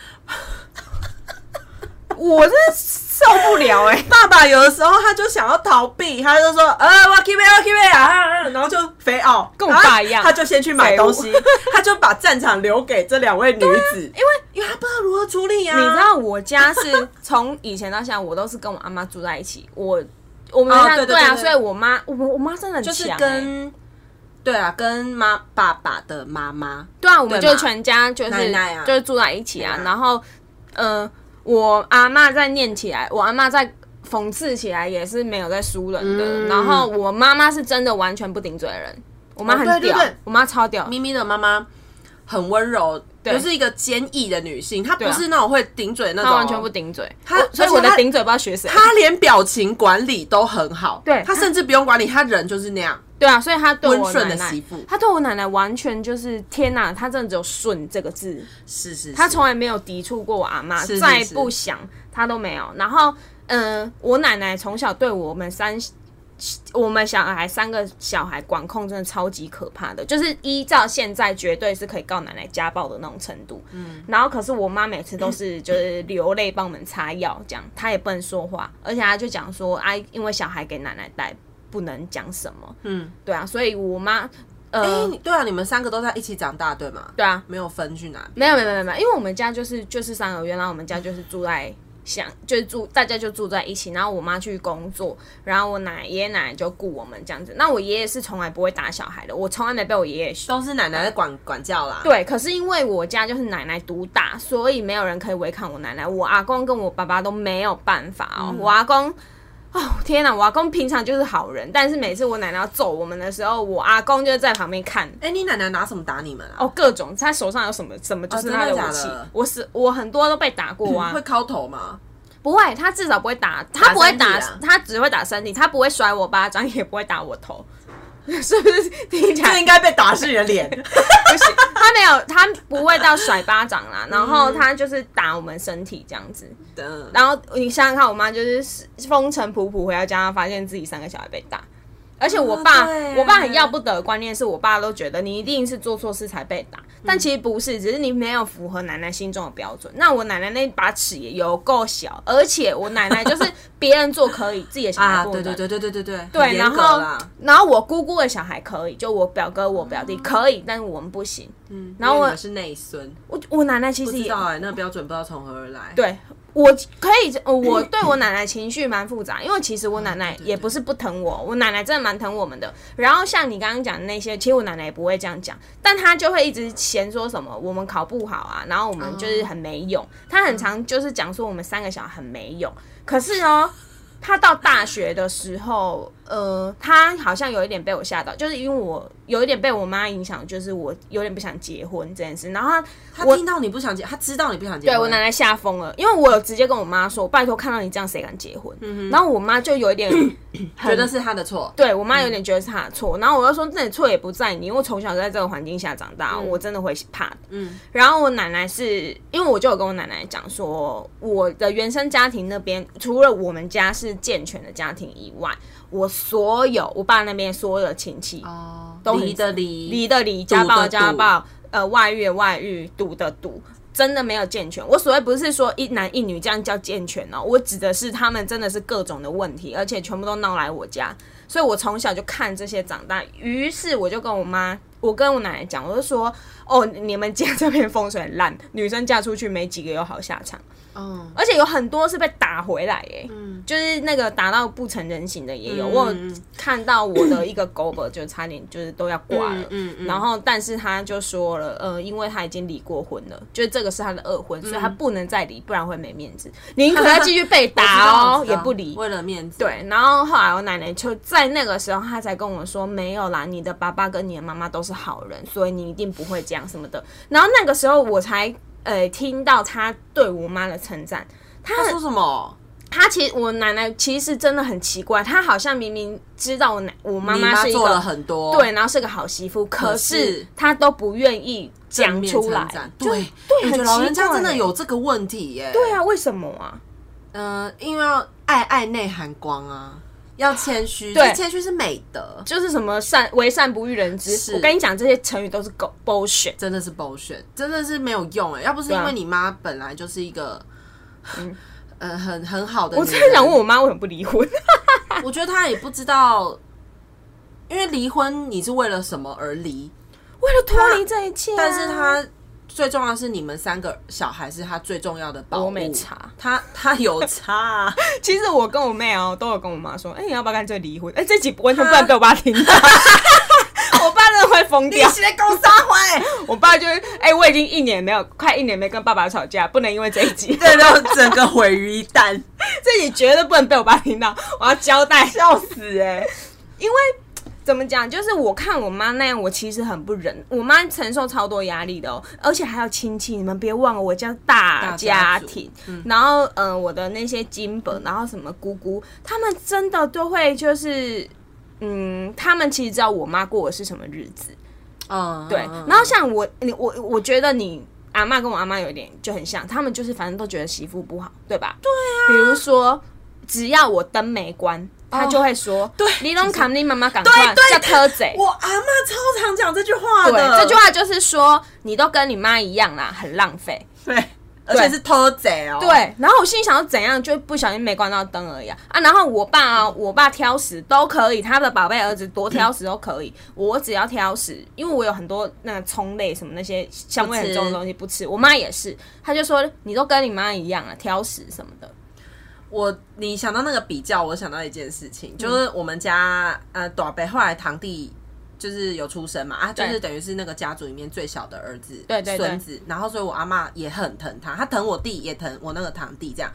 Speaker 2: 我真的受不了哎、
Speaker 1: 爸爸有的时候他就想要逃避，他就说呃我 keep it 我 keep it 啊啊， 啊然后就飞傲，
Speaker 2: 跟我爸一样
Speaker 1: 然后他就先去买东西，他就把战场留给这两位女子，
Speaker 2: 啊因为
Speaker 1: 因为他不知道如何处理呀、
Speaker 2: 你知道我家是从以前到现在，我都是跟我阿妈住在一起。我我们
Speaker 1: 哦
Speaker 2: 家、
Speaker 1: 对对
Speaker 2: 对啊，
Speaker 1: 对对
Speaker 2: 所以我妈我我妈真的很
Speaker 1: 就是
Speaker 2: 强欸
Speaker 1: 跟对啊，跟妈爸爸的妈妈，
Speaker 2: 对啊，我们
Speaker 1: 对嘛
Speaker 2: 就全家就是
Speaker 1: 奶奶啊
Speaker 2: 就是住在一起啊。
Speaker 1: 对啊
Speaker 2: 然后，呃，我阿妈在念起来，我阿妈在讽刺起来也是没有在输人的。
Speaker 1: 嗯
Speaker 2: 然后我妈妈是真的完全不顶嘴的人，我妈很屌，
Speaker 1: 哦对对对
Speaker 2: 我妈超屌，
Speaker 1: 咪咪的妈妈很温柔，
Speaker 2: 哦对
Speaker 1: 就是一个坚毅的女性，她
Speaker 2: 对
Speaker 1: 不
Speaker 2: 啊
Speaker 1: 是那种会顶嘴的那种，
Speaker 2: 她完全不。顶嘴。
Speaker 1: 她
Speaker 2: 我所以我
Speaker 1: 而且
Speaker 2: 的
Speaker 1: 她
Speaker 2: 顶嘴不知道学谁。
Speaker 1: 她连表情管理都很好，
Speaker 2: 对
Speaker 1: 她甚至不用管理，她人就是那样。
Speaker 2: 对啊，所以她对我
Speaker 1: 温顺
Speaker 2: 奶
Speaker 1: 的
Speaker 2: 奶
Speaker 1: 媳妇，
Speaker 2: 她对我奶奶完全就是天哪，她真的只有顺这个字。
Speaker 1: 是是是，
Speaker 2: 他从来没有抵触过我阿妈，
Speaker 1: 是是
Speaker 2: 再
Speaker 1: 是
Speaker 2: 不想他都没有。然后，嗯、我奶奶从小对我们三。我们小孩三个小孩管控真的超级可怕的，就是依照现在绝对是可以告奶奶家暴的那种程度。嗯，然后可是我妈每次 都是就是流泪帮我们擦药，这样她也不能说话，而且她就讲说啊，因为小孩给奶奶带不能讲什么。
Speaker 1: 嗯，
Speaker 2: 对啊，所以我妈
Speaker 1: 哎、
Speaker 2: 呃，
Speaker 1: 你对啊，你们三个都在一起长大，对吗？
Speaker 2: 对啊，
Speaker 1: 没有分去哪
Speaker 2: 没有没有没有没有，因为我们家就是就是三合院，然后我们家就是住在想就是住大家就住在一起，然后我妈去工作，然后我奶爷爷奶奶就顾我们这样子。那我爷爷是从来不会打小孩的，我从来没被我爷爷凶。
Speaker 1: 都是奶奶在管管教啦。，
Speaker 2: 对，可是因为我家就是奶奶独大，所以没有人可以违抗我奶奶。我阿公跟我爸爸都没有办法哦。我阿公，哦天哪，我阿公平常就是好人，但是每次我奶奶要揍我们的时候，我阿公就在旁边看，
Speaker 1: 哎、你奶奶拿什么打你们啊？
Speaker 2: 哦，各种他手上有什么什么就是
Speaker 1: 哦
Speaker 2: 他
Speaker 1: 真的假
Speaker 2: 武器。
Speaker 1: 的
Speaker 2: 我是我很多都被打过啊，
Speaker 1: 会敲头 吗？
Speaker 2: 不会，他至少不会打，他
Speaker 1: 打
Speaker 2: 不会
Speaker 1: 身体
Speaker 2: 打，
Speaker 1: 啊
Speaker 2: 他只会打身体，他不会甩我巴掌，也不会打我头， 是不是听起
Speaker 1: 这
Speaker 2: 来
Speaker 1: 应该被打是你的 脸。
Speaker 2: 不行？他没有，他不会到甩巴掌啦，然后他就是打我们身体这样子。
Speaker 1: 嗯
Speaker 2: 然后你想想看，我妈就是风尘仆仆回到家，发现自己三个小孩被打，而且我爸，
Speaker 1: 啊对
Speaker 2: 我爸很要不得的观念是我爸都觉得你一定是做错事才被打，
Speaker 1: 嗯
Speaker 2: 但其实不是，只是你没有符合奶奶心中的标准。那我奶奶那把尺也有够小，而且我奶奶就是别人做可以，自己的小孩
Speaker 1: 啊，
Speaker 2: 不能。
Speaker 1: 对对对对对对对，
Speaker 2: 对，
Speaker 1: 对
Speaker 2: 然后然后我姑姑的小孩可以，就我表哥、我表弟可以，但是我们不行。
Speaker 1: 嗯，
Speaker 2: 然后
Speaker 1: 因为
Speaker 2: 我
Speaker 1: 你们是内孙，
Speaker 2: 我我奶奶其
Speaker 1: 不
Speaker 2: 实
Speaker 1: 知
Speaker 2: 也
Speaker 1: 道哎、那个标准不知道从何而来。，
Speaker 2: 对我可以，呃我对我奶奶情绪蛮复杂，因为其实我奶奶也不是不疼我，我奶奶真的蛮疼我们的。然后像你刚刚讲的那些，其实我奶奶也不会这样讲，但她就会一直嫌说什么我们考不好啊，然后我们就是很没用。她很常就是讲说我们三个小孩很没用，可是哦。她到大学的时候，呃，她好像有一点被我吓到，就是因为我有一点被我妈影响，就是我有点不想结婚这件事。然后
Speaker 1: 他
Speaker 2: 她
Speaker 1: 听到你不想结，他知道你不想结婚。
Speaker 2: 对我奶奶吓疯了，因为我有直接跟我妈说，拜托看到你这样谁敢结婚？
Speaker 1: 嗯
Speaker 2: 然后我妈就有一点
Speaker 1: 觉得是他的错。
Speaker 2: 对我妈有点觉得是她的错，然后我就说那你错也不在你，因为我从小在这个环境下长大，我真的会怕的。
Speaker 1: 嗯，
Speaker 2: 然后我奶奶是因为我就有跟我奶奶讲说，我的原生家庭那边除了我们家是健全的家庭以外，我所有我爸那边所有的亲戚
Speaker 1: 哦，
Speaker 2: 都很
Speaker 1: 离的离，
Speaker 2: 离的离，家暴的
Speaker 1: 赌的
Speaker 2: 家
Speaker 1: 赌
Speaker 2: 暴，呃，外遇的外遇，赌的赌，真的没有健全。我所谓不是说一男一女这样叫健全哦，我指的是他们真的是各种的问题，而且全部都闹来我家，所以我从小就看这些长大。于是我就跟我妈，我跟我奶奶讲，我就说：“哦，你们家这边风水很烂，女生嫁出去没几个有好下场，
Speaker 1: 嗯，
Speaker 2: 而且有很多是被打回来耶，就是那个打到不成人形的
Speaker 1: 嗯
Speaker 2: 也有。我有看到我的一个狗狗就差点就是都要挂了，
Speaker 1: 嗯嗯
Speaker 2: 然后，但是他就说了，呃，因为他已经离过婚了，就这个是他的二婚，所以他不能再离，不然会没面子，
Speaker 1: 嗯
Speaker 2: 宁可他继续被打 哦，也不离。
Speaker 1: 为了面子。，
Speaker 2: 对，然后后来我奶奶就在那个时候，她才跟我说，没有啦，你的爸爸跟你的妈妈都是好人，所以你一定不会这样什么的。然后那个时候我才呃听到她对我妈的称赞，她
Speaker 1: 他说什么？
Speaker 2: 她其实我奶奶其实真的很奇怪，她好像明明知道我奶我妈
Speaker 1: 你妈
Speaker 2: 是一
Speaker 1: 做
Speaker 2: 个
Speaker 1: 了很多，
Speaker 2: 对，，然后是个好媳妇，可是
Speaker 1: 是
Speaker 2: 她都不愿意讲
Speaker 1: 面
Speaker 2: 出
Speaker 1: 称
Speaker 2: 来
Speaker 1: 赞，。
Speaker 2: 就
Speaker 1: 对
Speaker 2: 对
Speaker 1: 我觉
Speaker 2: 很
Speaker 1: 得老
Speaker 2: 奇
Speaker 1: 人家
Speaker 2: 怪
Speaker 1: 真的
Speaker 2: 欸
Speaker 1: 有这个问题耶。
Speaker 2: 对啊，为什么啊？
Speaker 1: 嗯，因为要爱爱内涵光啊，要谦虚，
Speaker 2: 对
Speaker 1: 这谦虚是美德，
Speaker 2: 就是什么善为善不欲人知，
Speaker 1: 是
Speaker 2: 我跟你讲，这些成语都是狗 bullshit。
Speaker 1: 真的是 bullshit，真的是没有用哎、要不是因
Speaker 2: 对啊嗯
Speaker 1: 为你妈本来就是一个， 呃，很很好的女
Speaker 2: 我
Speaker 1: 人，
Speaker 2: 真的想问我妈为什么不离婚？
Speaker 1: 我觉得她也不知道，因为离婚你是为了什么而离，
Speaker 2: 为了脱离这一切啊、
Speaker 1: 但是她最重要的是你们三个小孩是她最重要的保护。
Speaker 2: 我没查，
Speaker 1: 她她有差、 啊，
Speaker 2: 其实我跟我妹哦、都有跟我妈说，哎、你要不要干脆离婚？哎、这集完全不能被我爸听 到，我爸真的会疯掉。
Speaker 1: 在公撒坏，
Speaker 2: 我爸就是，哎、我已经一年没有，快一年没跟爸爸吵架，不能因为这一集，
Speaker 1: 对，然后整个毁于一旦。
Speaker 2: 这你绝对不能被我爸听到，我要交代，笑死
Speaker 1: 欸
Speaker 2: 哎、 因为怎么讲，就是我看我妈那样，我其实很不忍。我妈承受超多压力的哦，而且还有亲戚，你们别忘了，我家大
Speaker 1: 大家族
Speaker 2: 庭。然后，嗯、我的那些金本，然后什么姑姑，他们真的都会就是，嗯，他们其实知道我妈过的是什么日子。
Speaker 1: 嗯，
Speaker 2: 对
Speaker 1: 嗯，
Speaker 2: 然后像我，你我我觉得你阿嬷跟我阿妈有一点就很像，他们就是反正都觉得媳妇不好，对吧？对啊。比如说，只要我灯没关，他就会说：“
Speaker 1: 哦对
Speaker 2: 你拢扛你妈妈赶
Speaker 1: 对
Speaker 2: 快
Speaker 1: 对
Speaker 2: 叫车贼。”
Speaker 1: 我阿妈超常讲这句话
Speaker 2: 对，
Speaker 1: 的，
Speaker 2: 这句话就是说你都跟你妈一样啦，很浪费。
Speaker 1: 对，而且是偷贼哦。
Speaker 2: 对，然后我心里想要怎样，就不小心没关到灯而已啊。啊然后我爸、啊，我爸挑食都可以，他的宝贝儿子多挑食都可以，我只要挑食，因为我有很多那个葱类什么那些香味很重的东西不吃。我妈也是，她就说你都跟你妈一样啊，挑食什么的。
Speaker 1: 我你想到那个比较，我想到一件事
Speaker 2: 嗯
Speaker 1: 情，就是我们家呃，短辈后来堂弟就是有出生嘛，啊，就
Speaker 2: 对
Speaker 1: 是等于是那个家族里面最小的儿子，
Speaker 2: 对对对
Speaker 1: 孙子，然后所以我阿妈也很疼他，他疼我弟，也疼我那个堂弟这样。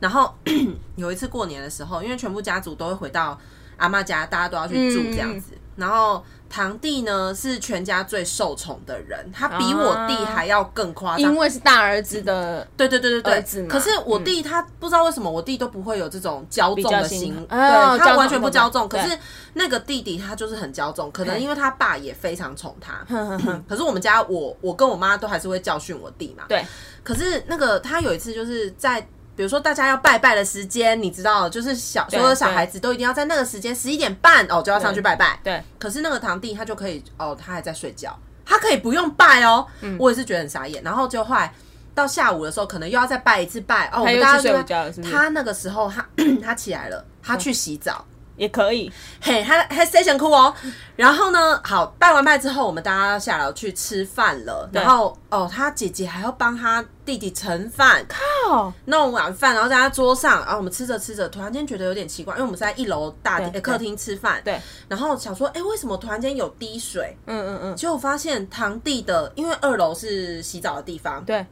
Speaker 1: 然后 有一次过年的时候，因为全部家族都会回到阿妈家，大家都要去住这
Speaker 2: 嗯
Speaker 1: 样子。然后堂弟呢是全家最受宠的人，他比我弟
Speaker 2: 啊
Speaker 1: 还要更夸张
Speaker 2: 因，为是大儿子的
Speaker 1: 对对对
Speaker 2: 儿
Speaker 1: 对
Speaker 2: 子
Speaker 1: 对。
Speaker 2: 嘛嗯
Speaker 1: 可是我弟他不知道为什么，我弟都不会有这种骄纵的
Speaker 2: 比较
Speaker 1: 心
Speaker 2: 心，
Speaker 1: 对
Speaker 2: 哦骄
Speaker 1: 他
Speaker 2: 纵
Speaker 1: 完全不骄纵。
Speaker 2: 对
Speaker 1: 可
Speaker 2: 对
Speaker 1: 是那个弟弟他就是很骄纵，可能
Speaker 2: 嗯
Speaker 1: 因为他爸也非常宠 他。
Speaker 2: 哼哼哼，
Speaker 1: 可是我们家我我跟我妈都还是会教训我弟嘛。
Speaker 2: 嗯对，
Speaker 1: 可是那个他有一次就是在。比如说，大家要拜拜的时间，你知道，就是小
Speaker 2: 对
Speaker 1: 所有小孩子都一定要在那个时间十一点半哦就要上去拜拜。
Speaker 2: 对，
Speaker 1: 可是那个堂弟他就可以哦，他还在睡觉，他可以不用拜哦。
Speaker 2: 嗯
Speaker 1: 我也是觉得很傻眼。然后就后来到下午的时候，可能又要再拜一次拜哦。我
Speaker 2: 他
Speaker 1: 们
Speaker 2: 又
Speaker 1: 大家
Speaker 2: 去睡午
Speaker 1: 就
Speaker 2: 觉了，是不是？嗯
Speaker 1: 他那个时候他 他起来了，他去洗澡，
Speaker 2: 也可以，
Speaker 1: 嘿，他他 station 哭哦。然后呢，好拜完拜之后，我们大家要下楼去吃饭了。
Speaker 2: 对
Speaker 1: 然后哦，他姐姐还要帮他弟弟盛饭，
Speaker 2: 哦，
Speaker 1: 弄晚饭，然后在他桌上，然后我们吃着吃着，突然间觉得有点奇怪，因为我们是在一楼大厅、
Speaker 2: 对
Speaker 1: 呃客厅吃饭，
Speaker 2: 对，
Speaker 1: 然后想说，哎、为什么突然间有滴水？
Speaker 2: 嗯嗯嗯，
Speaker 1: 结果发现堂弟的，因为二楼是洗澡的地方，
Speaker 2: 对，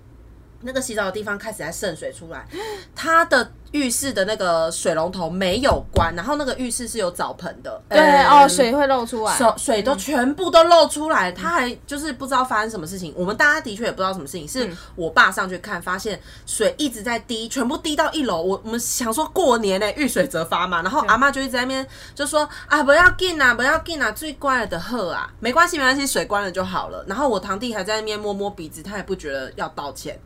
Speaker 1: 那个洗澡的地方开始在渗水出来，他的浴室的那个水龙头没有关，然后那个浴室是有澡盆的，
Speaker 2: 对
Speaker 1: 呃
Speaker 2: 哦，水会漏出来，
Speaker 1: 手水都全部都漏出来，他还就是不知道发生什么事情。我们大家的确也不知道什么事情，是我爸上去看，发现水一直在滴，全部滴到一楼。我我们想说过年呢、遇水则发嘛，然后阿妈就一直在那边就说啊，不要进啊，不要进啊，最关了的喝啊，没关系，没关系，水关了就好了。然后我堂弟还在那边摸摸鼻子，他也不觉得要道歉。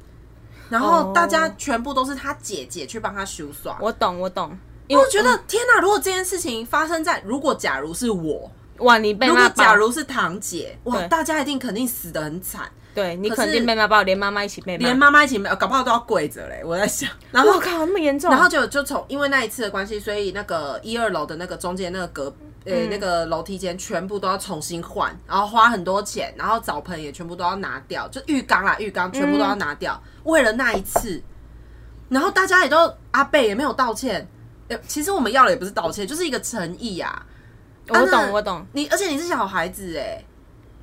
Speaker 1: 然后大家
Speaker 2: 哦
Speaker 1: 全部都是他姐姐去帮他修刷，
Speaker 2: 我懂，我懂。
Speaker 1: 因
Speaker 2: 因
Speaker 1: 哦为我觉
Speaker 2: 嗯
Speaker 1: 得天哪！如果这件事情发生在如果假如是我，
Speaker 2: 哇，你被
Speaker 1: 如
Speaker 2: 骂
Speaker 1: 果
Speaker 2: 爆
Speaker 1: 假如是堂姐，哇，
Speaker 2: 对
Speaker 1: 大家一定肯定死得很惨。
Speaker 2: 对你
Speaker 1: 可
Speaker 2: 肯
Speaker 1: 是
Speaker 2: 定被骂爆，连妈妈一起被骂。
Speaker 1: 连妈妈一起没有，搞不好都要跪着嘞。我在想，然后
Speaker 2: 我靠，那么严重！
Speaker 1: 然后啊就就从因为那一次的关系，所以那个一二楼的那个中间那个隔呃、
Speaker 2: 嗯
Speaker 1: 那个楼梯间全部都要重新换，然后花很多钱，然后澡盆也全部都要拿掉，就浴缸啦浴缸全部都要拿掉，
Speaker 2: 嗯
Speaker 1: 为了那一次。然后大家也都阿贝也没有道歉，呃，其实我们要的也不是道歉，就是一个诚意啊。啊
Speaker 2: 我
Speaker 1: 那
Speaker 2: 懂，我懂。
Speaker 1: 你而且你是小孩子哎、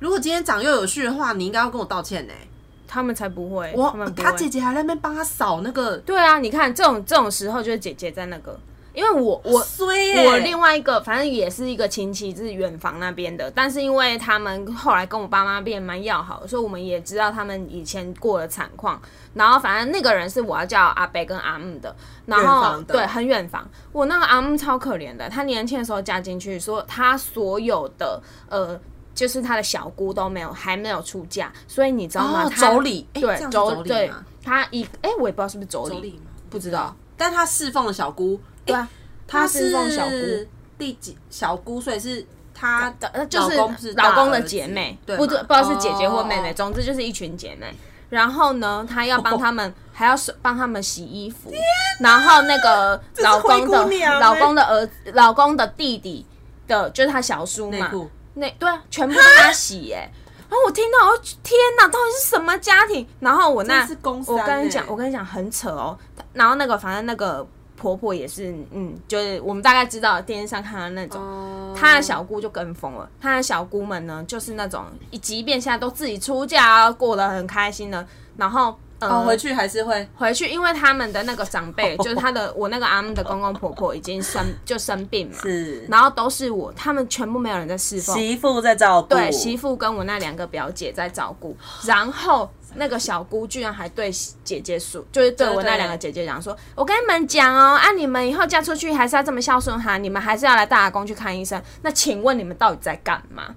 Speaker 1: 如果今天长幼有序的话，你应该要跟我道歉哎、
Speaker 2: 他们才不会，欸他
Speaker 1: 我
Speaker 2: 们不
Speaker 1: 他姐
Speaker 2: 会。
Speaker 1: 姐还在那边帮他扫那个，
Speaker 2: 对啊，你看这种这种时候就是姐姐在那个，因为我我
Speaker 1: 衰欸
Speaker 2: 我另外一个反正也是一个亲戚，是远房那边的，但是因为他们后来跟我爸妈变蛮要好，所以我们也知道他们以前过的惨况。然后反正那个人是我要叫阿伯跟阿姆的，然
Speaker 1: 远
Speaker 2: 后
Speaker 1: 房的
Speaker 2: 对很远房。我那个阿姆超可怜的，他年轻的时候嫁进去，说他所有的呃。就是他的小姑都没有，还没有出嫁，所以你知道吗？
Speaker 1: 哦
Speaker 2: 他
Speaker 1: 妯娌诶这样
Speaker 2: 对
Speaker 1: 是妯娌
Speaker 2: 对
Speaker 1: 吗，
Speaker 2: 他一哎、我也不知道是不是妯
Speaker 1: 妯
Speaker 2: 娌，
Speaker 1: 娌吗？不知道，但他侍奉了小姑，
Speaker 2: 对啊，
Speaker 1: 他
Speaker 2: 侍
Speaker 1: 是
Speaker 2: 奉小姑，
Speaker 1: 第几小姑，所以是他
Speaker 2: 呃，就是
Speaker 1: 老公是大
Speaker 2: 老公
Speaker 1: 儿
Speaker 2: 的
Speaker 1: 子
Speaker 2: 姐妹，
Speaker 1: 对
Speaker 2: 不
Speaker 1: 吗
Speaker 2: 知不知道是姐姐或
Speaker 1: 哦
Speaker 2: 妹妹，
Speaker 1: 哦
Speaker 2: 总之就是一群姐妹。然后呢，她要帮她们，还要手帮她们洗衣服。然后那个
Speaker 1: 是
Speaker 2: 老公
Speaker 1: 灰姑娘欸
Speaker 2: 的老公的儿子，老公的弟弟的，就是他小叔
Speaker 1: 内
Speaker 2: 嘛，
Speaker 1: 裤。
Speaker 2: 那对啊，全部都他洗哎、然后我听到，我就天哪，到底是什么家庭？然后我那
Speaker 1: 真是公三
Speaker 2: 我跟你
Speaker 1: 欸
Speaker 2: 讲，我跟你讲很扯哦。然后那个反正那个婆婆也是，嗯，就是我们大概知道电视上看到那种，
Speaker 1: 哦
Speaker 2: 她的小姑就跟风了。她的小姑们呢，就是那种，即便现在都自己出嫁，过得很开心了，然后呃、
Speaker 1: 哦，回去还是会
Speaker 2: 回去，因为他们的那个长辈，就是他的我那个阿姆的公公婆婆已经生就生病嘛，
Speaker 1: 是
Speaker 2: 然后都是我，他们全部没有人在侍奉，
Speaker 1: 媳妇在照顾，哦
Speaker 2: 对，媳妇跟我那两个表姐在照顾，然后那个小姑居然还对姐姐说，就是对
Speaker 1: 对
Speaker 2: 我
Speaker 1: 对
Speaker 2: 那两个姐姐讲说：“我跟你们讲哦，啊，你们以后嫁出去还是要这么孝顺哈，你们还是要来大打工去看医生。那请问你们到底在干嘛？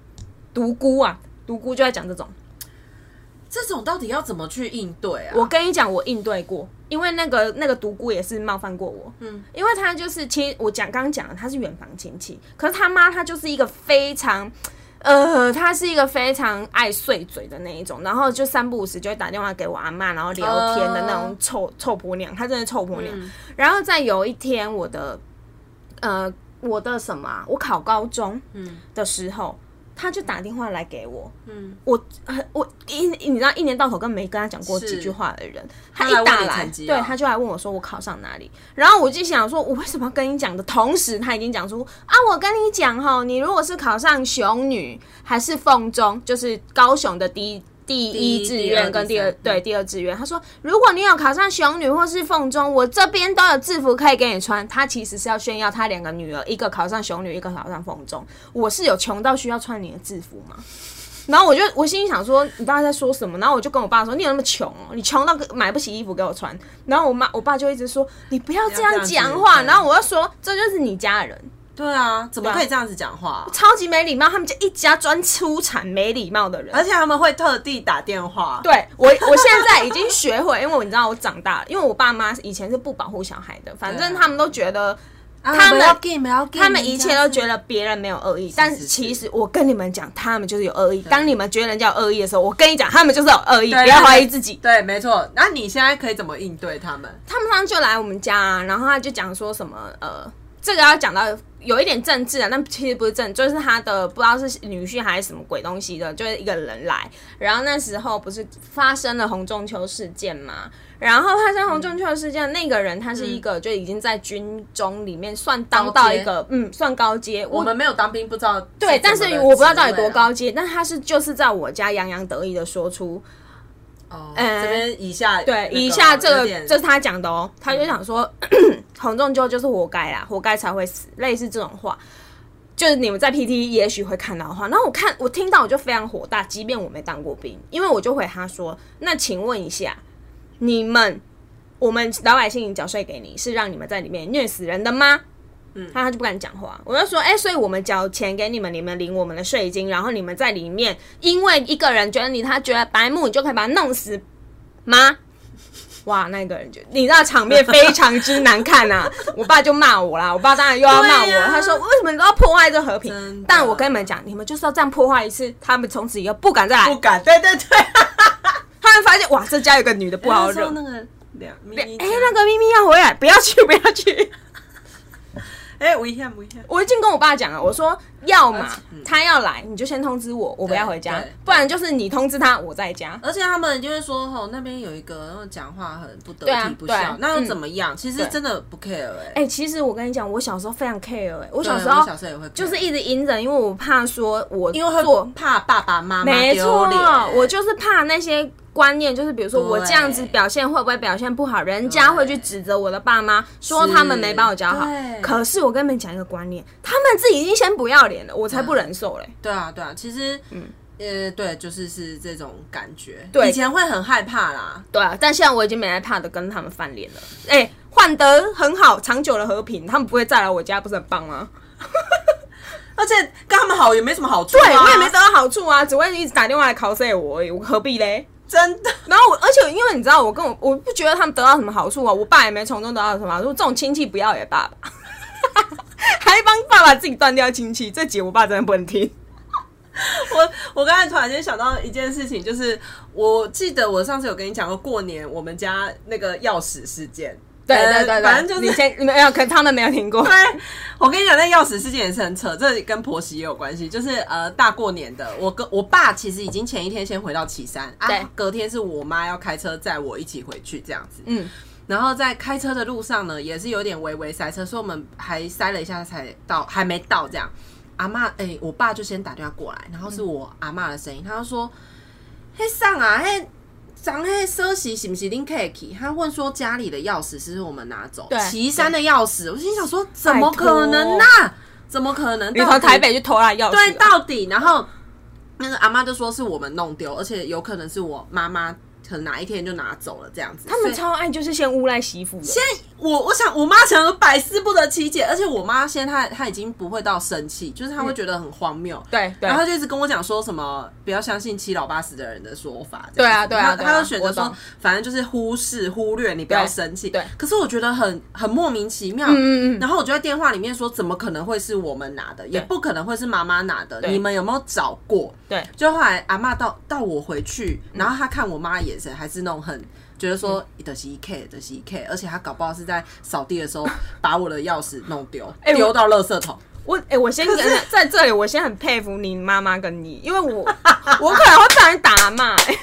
Speaker 2: 独孤啊，独孤就在讲这种。
Speaker 1: 这种到底要怎么去应对啊？
Speaker 2: 我跟你讲，我应对过，因为那个那个独孤也是冒犯过我，嗯，因为他就是其实我讲刚刚讲了，他是远房亲戚，可是他妈她就是一个非常。呃，她是一个非常爱碎嘴的那一种，然后就三不五时就会打电话给我阿妈，然后聊天的那种
Speaker 1: 哦
Speaker 2: 臭、臭婆娘，她真的臭婆娘。然后在有一天，我的呃，我的什么、啊，我考高中的时候，她就打电话来给我，
Speaker 1: 嗯，
Speaker 2: 我很我一你知道一年到头跟没跟他讲过
Speaker 1: 是
Speaker 2: 几句话的人，他
Speaker 1: 来
Speaker 2: 一打
Speaker 1: 问你
Speaker 2: 来，
Speaker 1: 成绩
Speaker 2: 对
Speaker 1: 哦
Speaker 2: 他就来问我说我考上哪里，然后我就想说我为什么要跟你讲的同时，他已经讲出啊我跟你讲哈，你如果是考上雄女还是凤中，就是高雄的第一。第一
Speaker 1: 第一
Speaker 2: 志
Speaker 1: 第
Speaker 2: 愿
Speaker 1: 二
Speaker 2: 跟
Speaker 1: 第
Speaker 2: 第二
Speaker 1: 三
Speaker 2: 对第二志愿，他说如果你有考上雄女或是凤中，我这边都有制服可以给你穿。他其实是要炫耀他两个女儿，一个考上雄女，一个考上凤中。我是有穷到需要穿你的制服吗？然后我就我心里想说，你到底在说什么？然后我就跟我爸说，你有那么穷哦、你穷到买不起衣服给我穿。然后我妈我爸就一直说，你不要这样讲
Speaker 1: 不要这样
Speaker 2: 话。
Speaker 1: 子对啊
Speaker 2: 然后我又说，这就是你家人，
Speaker 1: 对啊，怎么
Speaker 2: 对啊
Speaker 1: 可以这样子讲话啊？
Speaker 2: 超级没礼貌。他们就一家专出产没礼貌的人。
Speaker 1: 而且他们会特地打电话，
Speaker 2: 对我，我现在已经学会，因为我你知道我长大了，因为我爸妈以前是不保护小孩的，反正
Speaker 1: 对啊
Speaker 2: 他们都觉得
Speaker 1: 啊，
Speaker 2: 他们
Speaker 1: 不要紧不要紧
Speaker 2: 他们一切都觉
Speaker 1: 人
Speaker 2: 得别人没有恶意，但
Speaker 1: 是
Speaker 2: 是
Speaker 1: 是
Speaker 2: 其实我跟你们讲，他们就是有恶意。当你们觉得人家有恶意的时候，我跟你讲，他们就是有恶意，
Speaker 1: 家是
Speaker 2: 不要怀疑自己。
Speaker 1: 对，没错。那你现在可以怎么应对他们？
Speaker 2: 他们上次就来我们家、啊，然后他就讲说什么呃，这个要讲到有一点政治啊，但其实不是政，就是他的不知道是女婿还是什么鬼东西的，就是一个人来，然后那时候不是发生了红中秋事件嘛，然后发生红中秋事件，那个人他是一个就已经在军中里面算当
Speaker 1: 嗯高
Speaker 2: 到
Speaker 1: 阶
Speaker 2: 一个嗯算高阶，
Speaker 1: 我
Speaker 2: 我
Speaker 1: 们没有当兵，不知道
Speaker 2: 对，但是我不知道到底多
Speaker 1: 高。
Speaker 2: 高阶，但他是就是在我家洋洋得意的说出
Speaker 1: 哦，
Speaker 2: 嗯
Speaker 1: 这边以下
Speaker 2: 对，
Speaker 1: 那
Speaker 2: 以下这
Speaker 1: 有
Speaker 2: 个
Speaker 1: 点
Speaker 2: 这是他讲的哦，他就 想说，洪仲秋就是活该啦，活该才会死，类似这种话，就是你们在 PT 也许会看到的话。然后我看我听到我就非常火大，即便我没当过兵，因为我就回他说，那请问一下，你们我们老百姓缴税给你，是让你们在里面虐死人的吗？嗯，他他就不敢讲话。我就说，哎、所以我们缴钱给你们，你们领我们的税金，然后你们在里面，因为一个人觉得你他觉得白目，你就可以把他弄死吗？ 哇，那个人就你知道场面非常之难看 呐、我爸就骂我啦，我爸当然又要骂我，
Speaker 1: 对啊
Speaker 2: 他说为什么你都要破坏这和
Speaker 1: 真
Speaker 2: 平
Speaker 1: 的？
Speaker 2: 但我跟你们讲，你们就是要这样破坏一次，他们从此以后不敢再来
Speaker 1: 不。敢，对对对，
Speaker 2: 然发现，哇，这家有个女的不好
Speaker 1: 哎
Speaker 2: 惹
Speaker 1: 说。 那个两
Speaker 2: 哎、
Speaker 1: 米，
Speaker 2: 那个咪咪要回来，不要去， 不要去。
Speaker 1: 哎，我一下，我一下，
Speaker 2: 我已经跟我爸讲了，我说要
Speaker 1: 而
Speaker 2: 嘛
Speaker 1: 且嗯
Speaker 2: 他要来，你就先通知我，我不要回家
Speaker 1: 对嗯对，
Speaker 2: 不然就是你通知他，我在家。
Speaker 1: 而且他们就会说，吼那边有一个，然后讲话很不得
Speaker 2: 对啊
Speaker 1: 体不
Speaker 2: 对
Speaker 1: 孝
Speaker 2: 啊，
Speaker 1: 那又
Speaker 2: 嗯
Speaker 1: 怎么样？其实
Speaker 2: 对
Speaker 1: 真的不 care 哎。
Speaker 2: 哎、其实我跟你讲，我小时候非常 care，、欸、
Speaker 1: 啊
Speaker 2: 我
Speaker 1: 我
Speaker 2: 小时候
Speaker 1: 小时候也会 care，
Speaker 2: 就是一直隐忍，因为我怕说我
Speaker 1: 因为会
Speaker 2: 做
Speaker 1: 怕爸爸妈妈
Speaker 2: 没
Speaker 1: 丢
Speaker 2: 错
Speaker 1: 脸，，
Speaker 2: 我就是怕那些观念，就是比如说我
Speaker 1: 对
Speaker 2: 这样子表现会不会表现不好，人家会去指责我的爸妈，说他们没把我教好
Speaker 1: 对。
Speaker 2: 可是我跟你们讲一个观念，他们自己已经先不要脸了，我才不忍受嘞。
Speaker 1: 对啊对啊，其实呃对，就是是这种感觉，
Speaker 2: 嗯对
Speaker 1: 以前会很害怕啦，
Speaker 2: 对啊，但现在我已经没在怕的跟他们翻脸了。哎、换得很好，长久的和平，他们不会再来我家，不是很棒吗？
Speaker 1: 而且跟他们好也没什么好处、
Speaker 2: 对，我也没得到好处啊，只会一直打电话来 cos 我而已，我何必嘞？
Speaker 1: 真的，
Speaker 2: 然后我，而且因为你知道，我跟我我不觉得他们得到什么好处啊，我爸也没从中得到什么好处，这种亲戚不要也 罢吧，还帮爸爸自己断掉亲戚，这集我爸真的不能听。
Speaker 1: 我我刚才突然间想到一件事情，就是我记得我上次有跟你讲过过年我们家那个钥匙事件，
Speaker 2: 对
Speaker 1: 呃
Speaker 2: 对对对，
Speaker 1: 反正就是
Speaker 2: 你先 没有，可他们没有听过。
Speaker 1: 对，我跟你讲，那钥匙事件也是很扯，这跟婆媳也有关系。就是呃，大过年的，我跟我爸其实已经前一天先回到岐山啊
Speaker 2: 对，
Speaker 1: 隔天是我妈要开车载我一起回去这样子。
Speaker 2: 嗯，
Speaker 1: 然后在开车的路上呢，也是有点微微塞车，所以我们还塞了一下才到，还没到这样。阿妈，哎、我爸就先打电话过来，然后是我阿妈的声
Speaker 2: 嗯
Speaker 1: 音，他就说：“嘿上啊，嘿长嘿奢侈是不是恁 k e 他问说家里的钥匙是不是我们拿走
Speaker 2: 对，
Speaker 1: 岐山的钥匙，我心想说怎么可能呢、怎么可能？
Speaker 2: 你从
Speaker 1: 到底
Speaker 2: 台北去偷他的钥匙啊，
Speaker 1: 对，到底然后那个阿妈就说是我们弄丢，而且有可能是我妈妈可能哪一天就拿走了这样子。
Speaker 2: 他
Speaker 1: 所
Speaker 2: 们
Speaker 1: 以
Speaker 2: 超爱就是先诬赖媳妇的。
Speaker 1: 现在我我想我妈想说百思不得其解，而且我妈现在她她已经不会到生气，就是她会觉得很荒谬。
Speaker 2: 嗯对对
Speaker 1: 然后她就一直跟我讲说什么不要相信七老八十的人的说法，
Speaker 2: 对啊对啊
Speaker 1: 他
Speaker 2: 对啊
Speaker 1: 她就选择
Speaker 2: 我
Speaker 1: 说
Speaker 2: 懂
Speaker 1: 反正就是忽视忽略，你不要生气。
Speaker 2: 对对
Speaker 1: 可是我觉得很很莫名其妙。
Speaker 2: 嗯嗯嗯
Speaker 1: 然后我就在电话里面说，怎么可能会是我们拿的，也不可能会是妈妈拿的，
Speaker 2: 对
Speaker 1: 你们有没有找过？
Speaker 2: 对，
Speaker 1: 就后来阿嬷到到我回去，
Speaker 2: 嗯
Speaker 1: 然后她看我妈的眼神还是那种很觉得说的是 K 的是 K，而且她搞不好是在扫地的时候把我的钥匙弄丢，
Speaker 2: 哎我
Speaker 1: 丢到垃圾 桶。
Speaker 2: 我哎、我先在这里，我先很佩服你妈妈跟你，因为我我可能会不小心打骂、欸。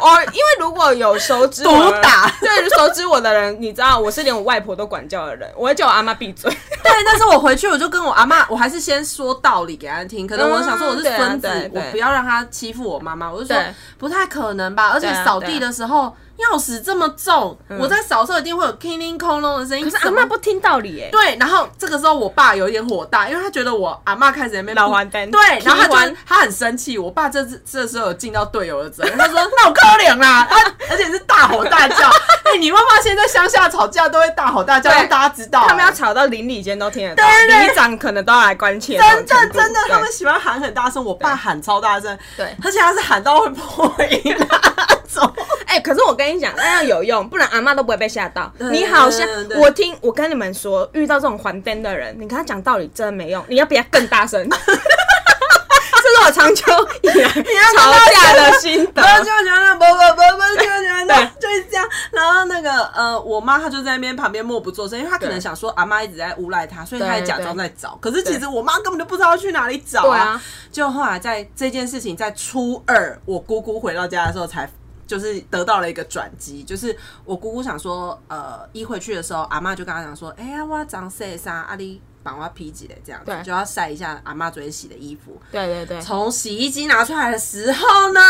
Speaker 2: 哦，因为如果有熟知我的
Speaker 1: 毒打
Speaker 2: 对熟知我的人，你知道我是连我外婆都管教的人，我会叫我阿妈闭嘴。
Speaker 1: 对，但是我回去我就跟我阿嬷，我还是先说道理给她听。可能我想说我是
Speaker 2: 嗯对啊
Speaker 1: 孙子，
Speaker 2: 对
Speaker 1: 我
Speaker 2: 对
Speaker 1: 不要让她欺负我妈妈。我就说
Speaker 2: 对
Speaker 1: 不太可能吧，而且
Speaker 2: 对啊
Speaker 1: 扫
Speaker 2: 对
Speaker 1: 地
Speaker 2: 啊
Speaker 1: 的时候钥匙这么重，我在扫的时候一定会有 king ling 空隆的声音。
Speaker 2: 可是阿
Speaker 1: 怎
Speaker 2: 妈
Speaker 1: 么
Speaker 2: 不听道理哎、
Speaker 1: 对，然后这个时候我爸有一点火大，因为他觉得我阿嬷开始在 那边
Speaker 2: 老还灯
Speaker 1: 对，然后
Speaker 2: 踢
Speaker 1: 他就
Speaker 2: 完
Speaker 1: 他很生气，我爸这次这时候有尽到队友的责任，他说那我可怜啦，他而且是大吼大 叫，哎、你妈妈现在乡下吵架都会大吼大叫，
Speaker 2: 对
Speaker 1: 让大家知道、
Speaker 2: 他们要吵到邻里间都听得到，
Speaker 1: 对对对
Speaker 2: 里长可能都要来关切那
Speaker 1: 真
Speaker 2: 种
Speaker 1: 的
Speaker 2: 程度。
Speaker 1: 真的，
Speaker 2: 对
Speaker 1: 他们喜欢喊很大声，我爸喊超大声，
Speaker 2: 对
Speaker 1: 而且他是喊到会破音啊的 那种，
Speaker 2: 哎、可是我跟你讲，那样有用，不然阿妈都不会被吓到
Speaker 1: 对。
Speaker 2: 你好像
Speaker 1: 对对对
Speaker 2: 我听我跟你们说，遇到这种还灯的人，你跟他讲道理真的没用，你要比他更大 声。这是我长久以来吵架的心得
Speaker 1: 然。后就觉得不不不不就觉得
Speaker 2: 对
Speaker 1: 就是这样。然后那个呃，我妈她就在那边旁边默不作声，因为她可能
Speaker 2: 对
Speaker 1: 想说阿妈一直在诬赖她，所以她
Speaker 2: 对
Speaker 1: 也假装在找。可是
Speaker 2: 对
Speaker 1: 其实我妈根本就不知道去哪里找
Speaker 2: 对
Speaker 1: 啊
Speaker 2: 啊。
Speaker 1: 就后来在这件事情在初二，我姑姑回到家的时候才。就是得到了一个转机，就是我姑姑想说，呃，一回去的时候，阿妈就跟她讲说，哎、呀，我长晒啥，阿你帮我披起来这样子，
Speaker 2: 对
Speaker 1: 就要晒一下阿妈昨天洗的衣服。
Speaker 2: 对对对，
Speaker 1: 从洗衣机拿出来的时候呢，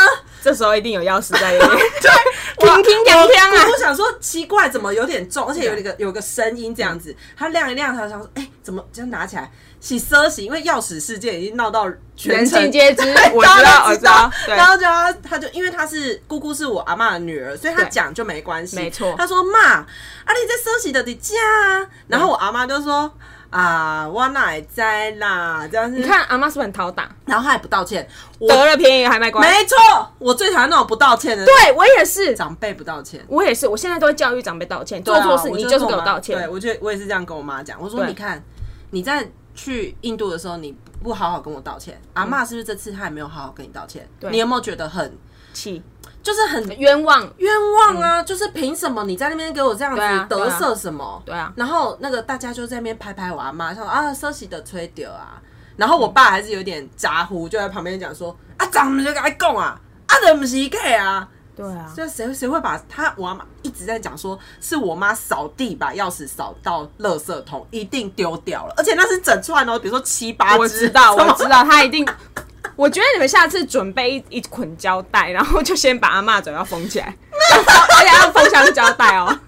Speaker 2: 这时候一定有钥匙在里 面。
Speaker 1: 对，
Speaker 2: 铿铿锵锵啊
Speaker 1: 我就想说奇怪，怎么有点重，而且有一个有个声音这样子，他亮一亮，他想说，哎、怎么这样拿起来？洗奢洗，因为钥匙事件已经闹到全
Speaker 2: 人
Speaker 1: 城
Speaker 2: 尽皆 知
Speaker 1: 对，
Speaker 2: 我
Speaker 1: 大
Speaker 2: 知
Speaker 1: 家
Speaker 2: 道，
Speaker 1: 都
Speaker 2: 我
Speaker 1: 知
Speaker 2: 知
Speaker 1: 道
Speaker 2: 道。对
Speaker 1: 然后就他他就因为他是姑姑是我阿妈的女儿，所以他
Speaker 2: 对
Speaker 1: 讲就没关系。
Speaker 2: 没错
Speaker 1: 他说妈，啊你在奢洗的你家啊，然后我阿妈就说。啊，我哪会在啦？这样子，
Speaker 2: 你，看阿妈是不是很讨打？
Speaker 1: 然后他也不道歉，我
Speaker 2: 得了便宜还卖乖。
Speaker 1: 没错，我最讨厌那种不道歉的，
Speaker 2: 对我也是，
Speaker 1: 长辈不道歉。
Speaker 2: 我也是，我现在都会教育长辈道歉，
Speaker 1: 对
Speaker 2: 做
Speaker 1: 啊
Speaker 2: 错事
Speaker 1: 我
Speaker 2: 你
Speaker 1: 就
Speaker 2: 就是
Speaker 1: 跟
Speaker 2: 给
Speaker 1: 我
Speaker 2: 我
Speaker 1: 妈
Speaker 2: 道歉
Speaker 1: 对，。我就我也是这样跟我妈讲，我说
Speaker 2: 对
Speaker 1: 你看你在去印度的时候，你不好好跟我道歉，阿嬷是不是这次她也没有好好跟你道歉？
Speaker 2: 嗯对
Speaker 1: 你有没有觉得很
Speaker 2: 气，
Speaker 1: 就是很
Speaker 2: 冤枉。
Speaker 1: 冤枉啊！就是凭什么你在那边给我这样
Speaker 2: 哎对啊
Speaker 1: 子
Speaker 2: 对
Speaker 1: 得
Speaker 2: 啊
Speaker 1: 瑟什么？
Speaker 2: 对啊，嗯
Speaker 1: 然后那个大家就在那边拍拍我阿妈，说啊，休息的吹丢啊。然后我爸还是有点咋呼，就在旁边讲说啊，长们就该讲啊，啊人不是 gay 啊。
Speaker 2: 对啊，
Speaker 1: 就谁谁会把他我阿妈一直在讲说，是我妈扫地把钥匙扫到垃圾桶，一定丢掉了，而且那是整串哦，比如说七八只，
Speaker 2: 我知道，
Speaker 1: 什
Speaker 2: 我
Speaker 1: 么
Speaker 2: 知道，他一定。 我觉得你们下次准备一一捆胶带，然后就先把阿嬷嘴要封起 来，然后而且要封香胶带哦。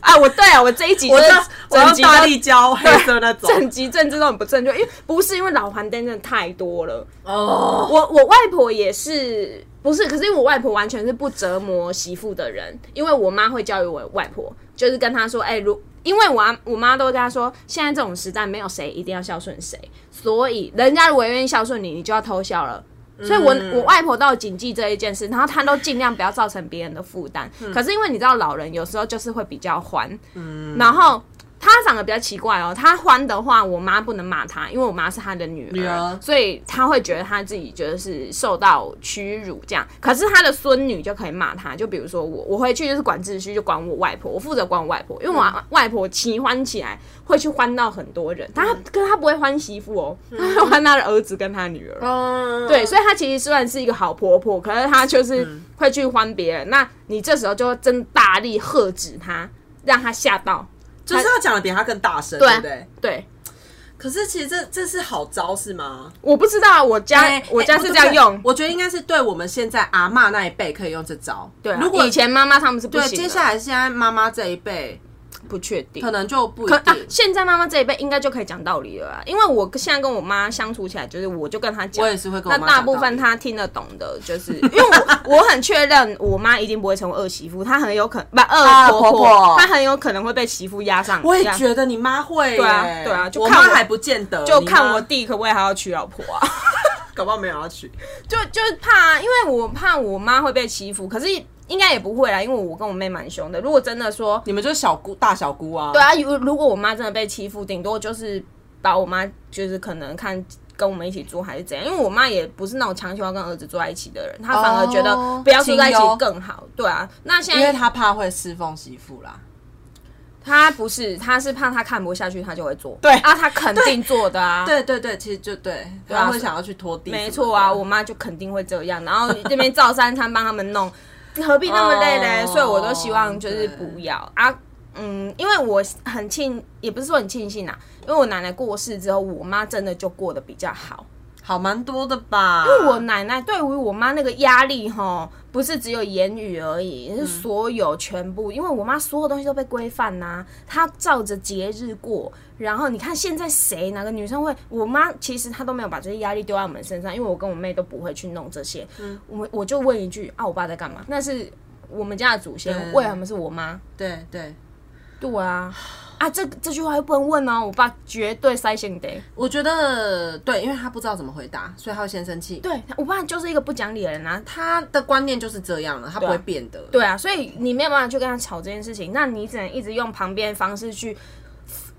Speaker 2: 啊，我对啊，我这一集 就
Speaker 1: 我
Speaker 2: 是
Speaker 1: 要我要
Speaker 2: 整集
Speaker 1: 大
Speaker 2: 都
Speaker 1: 力胶黑色那种，
Speaker 2: 整集政治都很不正确，因为不是因为老黄灯真的太多了。
Speaker 1: 哦，
Speaker 2: 我我外婆也是，不是？可是因为我外婆完全是不折磨媳妇的人，因为我妈会教育我外婆，就是跟她说，哎、如因为我阿我妈都会跟她说，现在这种时代没有谁一定要孝顺谁，所以人家如果愿意孝顺你，你就要偷笑了。所以我，我、
Speaker 1: 嗯
Speaker 2: 外婆都有谨记这一件事，然后她都尽量不要造成别人的负担。
Speaker 1: 嗯
Speaker 2: 可是因为你知道，老人有时候就是会比较欢，
Speaker 1: 嗯
Speaker 2: 然后她长得比较奇怪哦，她欢的话，我妈不能骂她，因为我妈是她的女儿，
Speaker 1: 女儿
Speaker 2: 所以她会觉得她自己就是受到屈辱这样。可是她的孙女就可以骂她，就比如说我，我回去就是管秩序，就管我外婆，我负责管我外婆，因为我
Speaker 1: 嗯
Speaker 2: 外婆喜欢起来会去欢到很多人，
Speaker 1: 嗯
Speaker 2: 但她可是她不会欢媳妇哦，她会欢她的儿子跟她女儿。
Speaker 1: 嗯，
Speaker 2: 对，所以她其实虽然是一个好婆婆，可是她就是会去欢别人。那你这时候就会真大力喝止她，让她吓到。
Speaker 1: 就是要讲的比他更大声，
Speaker 2: 对
Speaker 1: 对不对？
Speaker 2: 对，
Speaker 1: 可是其实这这是好招是吗？
Speaker 2: 我不知道，我家、
Speaker 1: 哎
Speaker 2: 我家
Speaker 1: 哎
Speaker 2: 是
Speaker 1: 不
Speaker 2: 这样
Speaker 1: 对
Speaker 2: 用。
Speaker 1: 我觉得应该是对我们现在阿嬷那一辈可以用这招。
Speaker 2: 对啊、
Speaker 1: 如果
Speaker 2: 以前妈妈他们是不
Speaker 1: 对
Speaker 2: 行的，
Speaker 1: 接下来现在妈妈这一辈，
Speaker 2: 不确定
Speaker 1: 可。能就不一
Speaker 2: 可啊
Speaker 1: 定，。
Speaker 2: 现在妈妈这一辈应该就可以讲道理了啊，因为我现在跟我妈相处起来，就是我就跟她讲，
Speaker 1: 我也是会跟
Speaker 2: 那
Speaker 1: 我妈
Speaker 2: 大
Speaker 1: 讲道
Speaker 2: 部
Speaker 1: 理
Speaker 2: 分她听得懂的，就是 因为我我很确认我妈一定不会成为二媳妇，她很有可能不
Speaker 1: 啊
Speaker 2: 二
Speaker 1: 婆婆
Speaker 2: 她很有可能会被媳妇压上。
Speaker 1: 我也
Speaker 2: 这样
Speaker 1: 觉得你妈会耶，欸
Speaker 2: 对啊对啊就
Speaker 1: 我
Speaker 2: 看
Speaker 1: 妈
Speaker 2: 我
Speaker 1: 还不见得，
Speaker 2: 就
Speaker 1: 你妈
Speaker 2: 看我弟可不可以还要娶老婆啊。
Speaker 1: 搞不好没有要去。
Speaker 2: 就就是怕、因为我怕我妈会被欺负，可是应该也不会啦，因为我跟我妹蛮凶的。如果真的说，
Speaker 1: 你们就是小姑大小姑啊，
Speaker 2: 对啊，如如果我妈真的被欺负，顶多就是把我妈就是可能看跟我们一起住还是怎样，因为我妈也不是那种强求要跟儿子住在一起的人，她反而觉得
Speaker 1: 哦
Speaker 2: 不要住在一起
Speaker 1: 亲友
Speaker 2: 更好。对啊，那现
Speaker 1: 因为
Speaker 2: 在
Speaker 1: 她怕会侍奉媳妇啦。
Speaker 2: 她不是，她是怕她看不下去，她就会做。
Speaker 1: 对
Speaker 2: 啊，她肯定做的啊。
Speaker 1: 对对对，其实就对，
Speaker 2: 啊
Speaker 1: 她会想要去拖地。
Speaker 2: 没错啊，我。妈就肯定会这样，然后这边照三餐帮他们 弄，何必那么累嘞？
Speaker 1: 哦
Speaker 2: 所以我都希望就是不要啊，嗯，因为我很庆，也不是说很庆幸啊，因为我奶奶过世之后，我妈真的就过得比较好。
Speaker 1: 好蛮多的吧？
Speaker 2: 因为我奶奶对于我妈那个压力哈，不是只有言语而已，是所有全部。因为我妈所有东西都被规范呐，她照着节日过。然后你看现在谁哪个女生会？我妈其实她都没有把这些压力丢在我们身上，因为我跟我妹都不会去弄这些。我我就问一句啊，我爸在干嘛？那是我们家的祖先，
Speaker 1: 对
Speaker 2: 为什么是我妈？
Speaker 1: 对对，
Speaker 2: 对啊，啊这这句话又不能问哦，我爸绝对塞性得。
Speaker 1: 我觉得对，因为她不知道怎么回答，所以她会先生气。
Speaker 2: 对我爸就是一个不讲理的人啊，
Speaker 1: 她的观念就是这样了，她不
Speaker 2: 对啊
Speaker 1: 会变的。
Speaker 2: 对啊，所以你没有办法去跟他吵这件事情，那你只能一直用旁边的方式去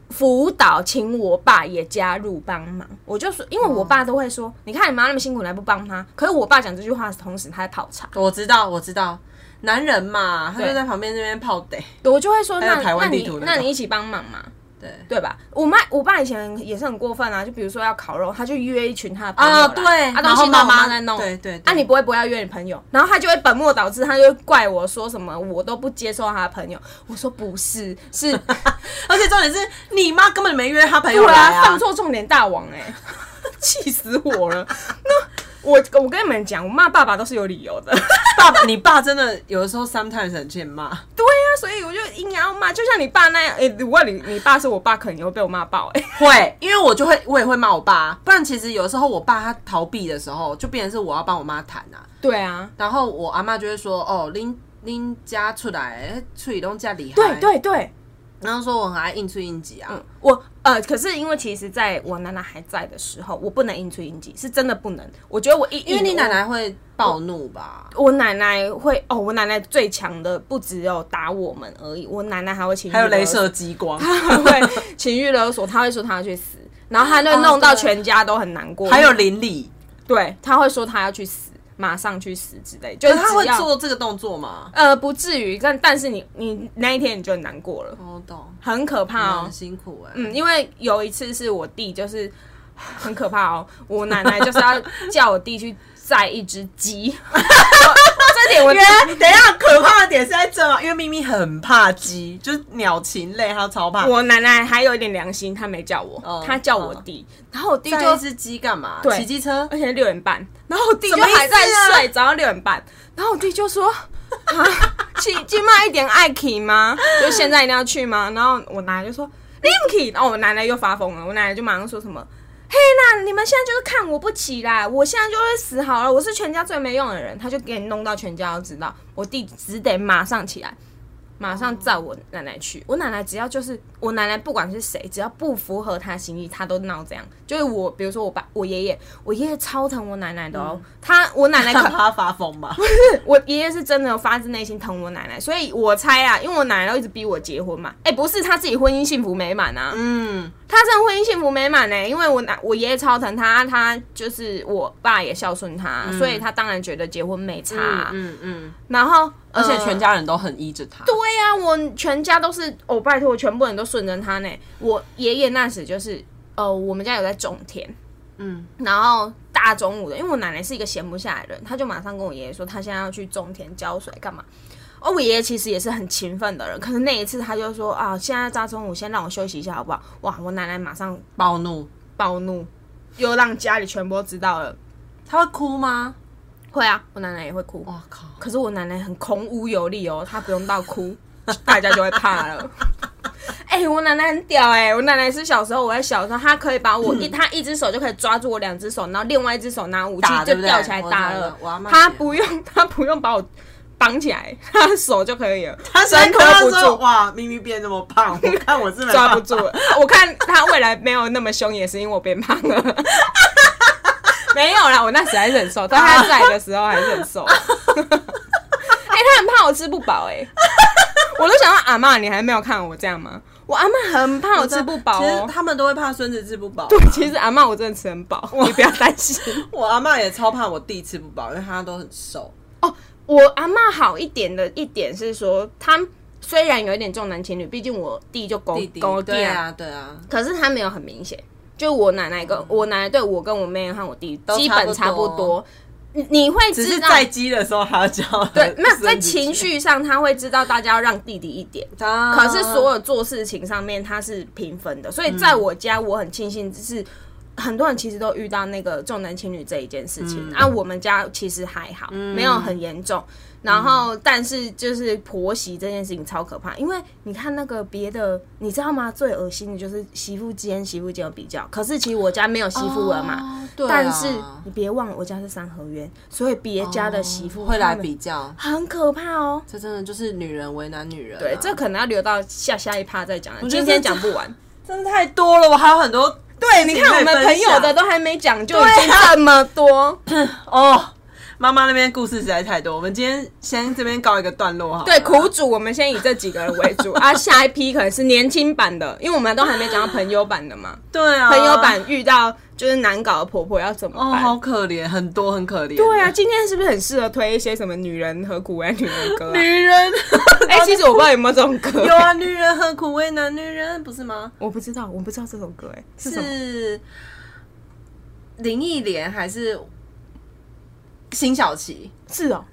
Speaker 2: 辅辅导，请我爸也加入帮忙。我就说，因为我爸都会说，你看你妈那么辛苦，你还不帮她？可是我爸讲这句话的同时，他在泡茶，
Speaker 1: 我知道，我知道，男人嘛，他
Speaker 2: 对
Speaker 1: 就在旁边那边泡得。
Speaker 2: 我就会说，
Speaker 1: 还有
Speaker 2: 那
Speaker 1: 台
Speaker 2: 那
Speaker 1: 湾地
Speaker 2: 你
Speaker 1: 图那
Speaker 2: 那
Speaker 1: 种
Speaker 2: 你一起帮忙嘛。
Speaker 1: 对
Speaker 2: 对吧？我妈我爸以前也是很过分啊，就比如说要烤肉，他就约一群他的朋友来
Speaker 1: 啊对
Speaker 2: 啊
Speaker 1: 然
Speaker 2: 东
Speaker 1: 后
Speaker 2: 西都
Speaker 1: 妈
Speaker 2: 我妈
Speaker 1: 妈
Speaker 2: 在弄，
Speaker 1: 对对对
Speaker 2: 啊你不会不要约你朋友，然后他就会本末倒置，他就会怪我说什么我都不接受他的朋友，我说不是， 是
Speaker 1: 而且重点是你妈根本没约她朋友
Speaker 2: 对
Speaker 1: 来
Speaker 2: 啊，放
Speaker 1: 啊，
Speaker 2: 错重点大王哎、气死我了。那我我跟你们讲，我骂爸爸都是有理由的。
Speaker 1: 爸爸，你爸真的有的时候 sometimes 很欠骂。
Speaker 2: 对啊，所以我就硬要骂，就像你爸那样。哎、如果你你爸是我爸，肯定会被我骂爆哎、
Speaker 1: 会，因为我就会，我也会骂我爸，不然其实有时候我爸他逃避的时候，就变成是我要帮我妈谈啊，
Speaker 2: 对啊，
Speaker 1: 然后我阿妈就会说，哦，拎拎家出来，处理东家厉害，
Speaker 2: 对，对对，
Speaker 1: 然后说我很爱硬吹硬挤啊，
Speaker 2: 嗯，我呃，可是因为其实在我奶奶还在的时候，我不能应出应激，是真的不能。我觉得我一
Speaker 1: 因为你
Speaker 2: 硬
Speaker 1: 奶奶会暴怒吧？
Speaker 2: 我我奶奶会哦，我奶奶最强的不只有打我们而已，我奶奶还会情绪 勒索
Speaker 1: 激光，
Speaker 2: 他 会情绪勒索，他会说他要去死，然后他就弄到全家都很难过。
Speaker 1: 哦还有邻里，
Speaker 2: 对，他会说他要去死，马上去死之类，就
Speaker 1: 可
Speaker 2: 是
Speaker 1: 是他会
Speaker 2: 只要
Speaker 1: 做这个动作吗？
Speaker 2: 呃不至于，但但是你你那一天你就很难过了，
Speaker 1: 我懂，
Speaker 2: 很可怕哦
Speaker 1: 很。辛苦哎、
Speaker 2: 嗯，因为有一次是我弟，就是很可怕哦，我奶奶就是要叫我弟去载一只鸡， 这点我
Speaker 1: 原来哎等一下，可怕的点是在这哦，因为咪咪很怕鸡，就是鸟禽类，它超怕。
Speaker 2: 我奶奶还有一点良心，她没叫我，
Speaker 1: 哦
Speaker 2: 她叫我弟，然后我弟
Speaker 1: 就
Speaker 2: 就
Speaker 1: 一只鸡干嘛？
Speaker 2: 对
Speaker 1: 骑机车
Speaker 2: 而且是六点半，然后我弟
Speaker 1: 什
Speaker 2: 就
Speaker 1: 么意思啊
Speaker 2: 还在睡，早上六点半，然后我弟就说：“啊，去去卖一点爱 k 吗？就现在一定要去吗？”然后我奶奶就说：“你不去。”然后我奶奶又发疯了，我奶奶就马上说什么。嘿啦！你们现在就是看我不起啦！我现在就会死好了！我是全家最没用的人，他就给你弄到全家都知道。我弟只得马上起来，马上载我奶奶去。我奶奶只要就是我奶奶，不管是谁，只要不符合她心意，她都闹这样。就是我，比如说我爸、我爷爷，我爷爷超疼我奶奶的哦。他我奶奶
Speaker 1: 看
Speaker 2: 可，
Speaker 1: 它发疯吧。
Speaker 2: 我爷爷是真的有发自内心疼我奶奶，所以我猜啊，因为我奶奶都一直逼我结婚嘛。哎、不是他自己婚姻幸福美满啊，
Speaker 1: 嗯，
Speaker 2: 他真的婚姻幸福美满呢、欸因为我奶我爷爷超疼他，他就是我爸也孝顺他，所以他当然觉得结婚没差啊、
Speaker 1: 嗯嗯，
Speaker 2: 然后
Speaker 1: 而且
Speaker 2: 呃
Speaker 1: 全家人都很依着它。
Speaker 2: 对呀、我全家都是，哦，拜托，我全部人都顺着他呢。我爷爷那时就是，呃，我们家有在种田，
Speaker 1: 嗯，
Speaker 2: 然后大中午的，因为我奶奶是一个闲不下来的人，她就马上跟我爷爷说，她现在要去种田浇水干嘛。哦，我爷爷其实也是很勤奋的人，可是那一次他就说啊，现在大中午先让我休息一下好不好？哇，我奶奶马上
Speaker 1: 暴怒，
Speaker 2: 暴怒，又让家里全部都知道了。
Speaker 1: 它会哭吗？
Speaker 2: 会啊，我奶奶也会哭。
Speaker 1: 哇靠！
Speaker 2: 可是我奶奶很孔武有力哦，她不用到哭， 大家就会怕 了。哎、我奶奶很屌哎、我奶奶是小时候，我在小时候，她可以把我 一，她一只手就可以抓住我两只手，然后另外一只手拿武器
Speaker 1: 打
Speaker 2: 就
Speaker 1: 对不对
Speaker 2: 吊起来
Speaker 1: 我
Speaker 2: 打
Speaker 1: 懂
Speaker 2: 了
Speaker 1: 了我阿嬷。
Speaker 2: 她
Speaker 1: 也
Speaker 2: 不用，她不用把我绑起来，她的手就可以了，
Speaker 1: 他真
Speaker 2: 真扣
Speaker 1: 扣
Speaker 2: 不
Speaker 1: 不
Speaker 2: 住
Speaker 1: 住，哇！咪咪变那么胖，我看我 是没
Speaker 2: 抓
Speaker 1: 办法
Speaker 2: 不住。了。我看她未来没有那么凶，也是因为我变胖了。 没有啦，我那时还是很瘦，但她在的时候还是很瘦。 哎、他很怕我吃不饱 哎、我都想到阿嬷，你还没有看我这样吗？我阿嬷很怕我吃不饱
Speaker 1: 其实
Speaker 2: 哦、
Speaker 1: 他们都会怕孙子吃不饱。
Speaker 2: 对， 其实阿嬷我真的吃很 饱，你不要担心。
Speaker 1: 我阿嬷也超怕我弟吃不饱，因为他都很瘦。
Speaker 2: 哦，我阿嬷好一点的一点是说，她虽然有一点重男轻女，毕竟我弟就狗
Speaker 1: 弟弟
Speaker 2: 狗弟
Speaker 1: 对，啊对啊，
Speaker 2: 可是她没有很明显。就我奶奶跟我奶奶对我跟我妹和我弟
Speaker 1: 都
Speaker 2: 基
Speaker 1: 差不
Speaker 2: 本差不
Speaker 1: 多
Speaker 2: 多，你你会
Speaker 1: 只
Speaker 2: 知
Speaker 1: 是
Speaker 2: 道
Speaker 1: 在鸡的时候还要叫他
Speaker 2: 对，那
Speaker 1: 孙
Speaker 2: 在
Speaker 1: 子
Speaker 2: 情
Speaker 1: 吃，
Speaker 2: 绪上他会知道大家要让弟弟一点。
Speaker 1: 啊
Speaker 2: 可是所有做事情上面它是平分的，所以
Speaker 1: 嗯
Speaker 2: 在我家我很庆幸，就是很多人其实都遇到那个重男轻女这一件事
Speaker 1: 嗯
Speaker 2: 情，啊，我们家其实还好，没有很严重。然后，但是就是婆媳这件事情超可怕，因为你看那个别的，你知道吗？最恶心的就是媳妇间媳妇间有比较，可是其实我家没有媳妇了嘛。
Speaker 1: 哦对啊哦
Speaker 2: 但是你别忘了，我家是三合院，所以别家的媳妇
Speaker 1: 会来
Speaker 2: 他们
Speaker 1: 比较，
Speaker 2: 很可怕哦。
Speaker 1: 这真的就是女人为难女人啊。
Speaker 2: 对，这可能要留到下下一趴再讲了，
Speaker 1: 觉得
Speaker 2: 今天讲不 完。
Speaker 1: 真的太多了，我还有很多。对，
Speaker 2: 哎你看我们朋友的都还没讲，就已经这么多。
Speaker 1: 哦。妈妈那边故事实在太多，我们今天先这边告一个段落哈。
Speaker 2: 对，苦主我们先以这几个人为主啊，下一批可能是年轻版的，因为我们都还没讲到朋友版的 嘛。
Speaker 1: 对啊，
Speaker 2: 朋友版遇到就是难搞的婆婆要怎么
Speaker 1: 哦，
Speaker 2: 办？
Speaker 1: 好可怜，很多很可怜。
Speaker 2: 对啊，，今天是不是很适合推一些什么女人何苦为难女人歌、啊？
Speaker 1: 女人
Speaker 2: 哎、其实我不知道有没有这种 歌，
Speaker 1: 有啊，女人何苦为难女人，不是吗？
Speaker 2: 我不知道，我不知道这首歌、哎，是什么？
Speaker 1: 是林忆莲还是辛晓琪？
Speaker 2: 是哦，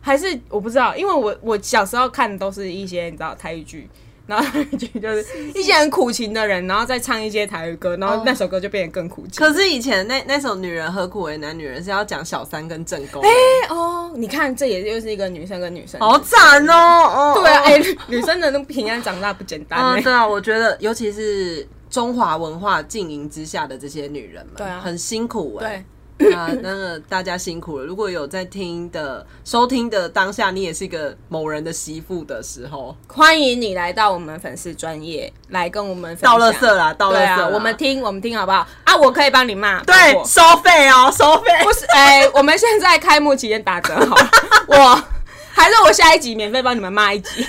Speaker 2: 还是我不知道，因为我我小时候看的都是一些你知道台语剧，然后台语剧就是哦一些很苦情的人，然后再唱一些台语歌，然后那首歌就变得更苦情。
Speaker 1: 可是以前那那首《女人何苦为难女人》是要讲小三跟正宫，
Speaker 2: 哎、哦，你看这也就是一个女生跟女生，
Speaker 1: 好惨哦！哦
Speaker 2: 对啊，
Speaker 1: 哦
Speaker 2: 哎、女生的那平安长大不简单、
Speaker 1: 啊，
Speaker 2: 哎
Speaker 1: 对啊，我觉得尤其是中华文化经营之下的这些女人们，
Speaker 2: 对啊
Speaker 1: 很辛苦哎、
Speaker 2: 对。
Speaker 1: 啊，那个大家辛苦了。如果有在听的、收听的当下，你也是一个某人的媳妇的时候，
Speaker 2: 欢迎你来到我们粉丝专业，来跟我们分
Speaker 1: 到垃
Speaker 2: 享
Speaker 1: 圾啦，到垃
Speaker 2: 对
Speaker 1: 圾啦、
Speaker 2: 啊，我们听，我们听好不好？啊，我可以帮你骂，包
Speaker 1: 对
Speaker 2: 括
Speaker 1: 收费哦，收费。
Speaker 2: 不是，哎、我们现在开幕期间打折好 了，我还是我下一集免费帮你们骂一集。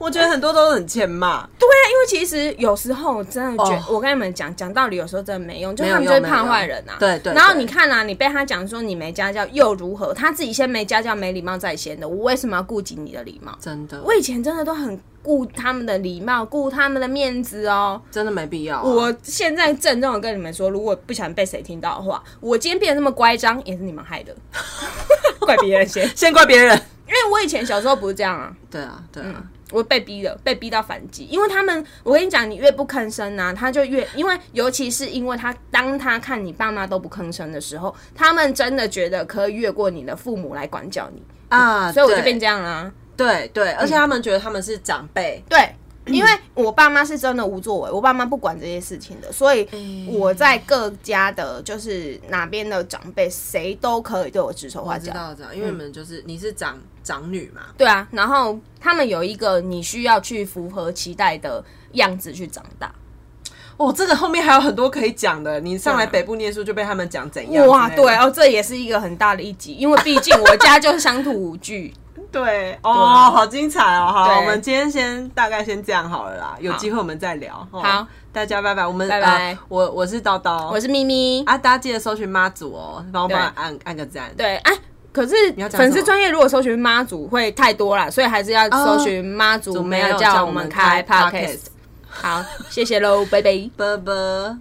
Speaker 1: 我觉得很多都很欠骂，
Speaker 2: 对啊，因为其实有时候我真的觉
Speaker 1: 哦
Speaker 2: 我跟你们讲，讲道理有时候真的没用，就
Speaker 1: 没有
Speaker 2: 他们就
Speaker 1: 用
Speaker 2: 是
Speaker 1: 没有
Speaker 2: 怕
Speaker 1: 用
Speaker 2: 坏人啊。
Speaker 1: 对对
Speaker 2: 然后
Speaker 1: 对
Speaker 2: 你看啊，你被他讲说你没家教又如何？他自己先没家教，没礼貌在先的，我为什么要顾及你的礼貌？
Speaker 1: 真的，
Speaker 2: 我以前真的都很顾他们的礼貌，顾他们的面子哦。
Speaker 1: 真的没必要啊、
Speaker 2: 我现在郑重的跟你们说，如果不想被谁听到的话，我今天变得那么乖张，也是你们害 的，怪别人先。
Speaker 1: 先怪别人。
Speaker 2: 因为我以前小时候不是这样啊，
Speaker 1: 对啊，对啊，
Speaker 2: 我被逼的，被逼到反击。因为他们，我跟你讲，你越不吭声啊，他就越，因为尤其是因为他当他看你爸妈都不吭声的时候，他们真的觉得可以越过你的父母来管教你，
Speaker 1: 啊，
Speaker 2: 嗯所以我就
Speaker 1: 对
Speaker 2: 变这样啦、嗯
Speaker 1: 对对，而且他们觉得他们是长辈，
Speaker 2: 对，因为我爸妈是真的无作为，我爸妈不管这些事情的，所以
Speaker 1: 哎
Speaker 2: 我在各家的，就是哪边的长辈，谁都可以对我指手画
Speaker 1: 我知
Speaker 2: 脚。
Speaker 1: 道知道，因为你们就是、你是长长女嘛，
Speaker 2: 对啊，然后他们有一个你需要去符合期待的样子去长大。
Speaker 1: 哦，这个后面还有很多可以讲的。你上来
Speaker 2: 对啊
Speaker 1: 北部念书就被他们讲怎样？
Speaker 2: 哇，对，哦，这也是一个很大的一集，因为毕竟我家就是乡土舞剧。
Speaker 1: 对，哦，好精彩哦！好，
Speaker 2: 对
Speaker 1: 我们今天先大概先这样好了啦，有机会我们再聊。哦
Speaker 2: 好，
Speaker 1: 大家拜拜，我们
Speaker 2: 拜拜
Speaker 1: 呃我我是叨叨，
Speaker 2: 我是咪咪，
Speaker 1: 啊，大家记得搜寻妈祖哦，帮我
Speaker 2: 对
Speaker 1: 帮我按按个赞。
Speaker 2: 对，哎、可是
Speaker 1: 要讲
Speaker 2: 粉
Speaker 1: 什
Speaker 2: 丝
Speaker 1: 么
Speaker 2: 专业如果搜寻妈祖会太多啦，所以还是要搜寻妈祖
Speaker 1: 哦祖
Speaker 2: 没
Speaker 1: 没
Speaker 2: 有
Speaker 1: 有
Speaker 2: 叫
Speaker 1: 叫
Speaker 2: 我
Speaker 1: 我
Speaker 2: 们
Speaker 1: 们
Speaker 2: 开
Speaker 1: 开
Speaker 2: podcast
Speaker 1: podcast。
Speaker 2: 好，谢谢喽，拜拜。
Speaker 1: 啵啵。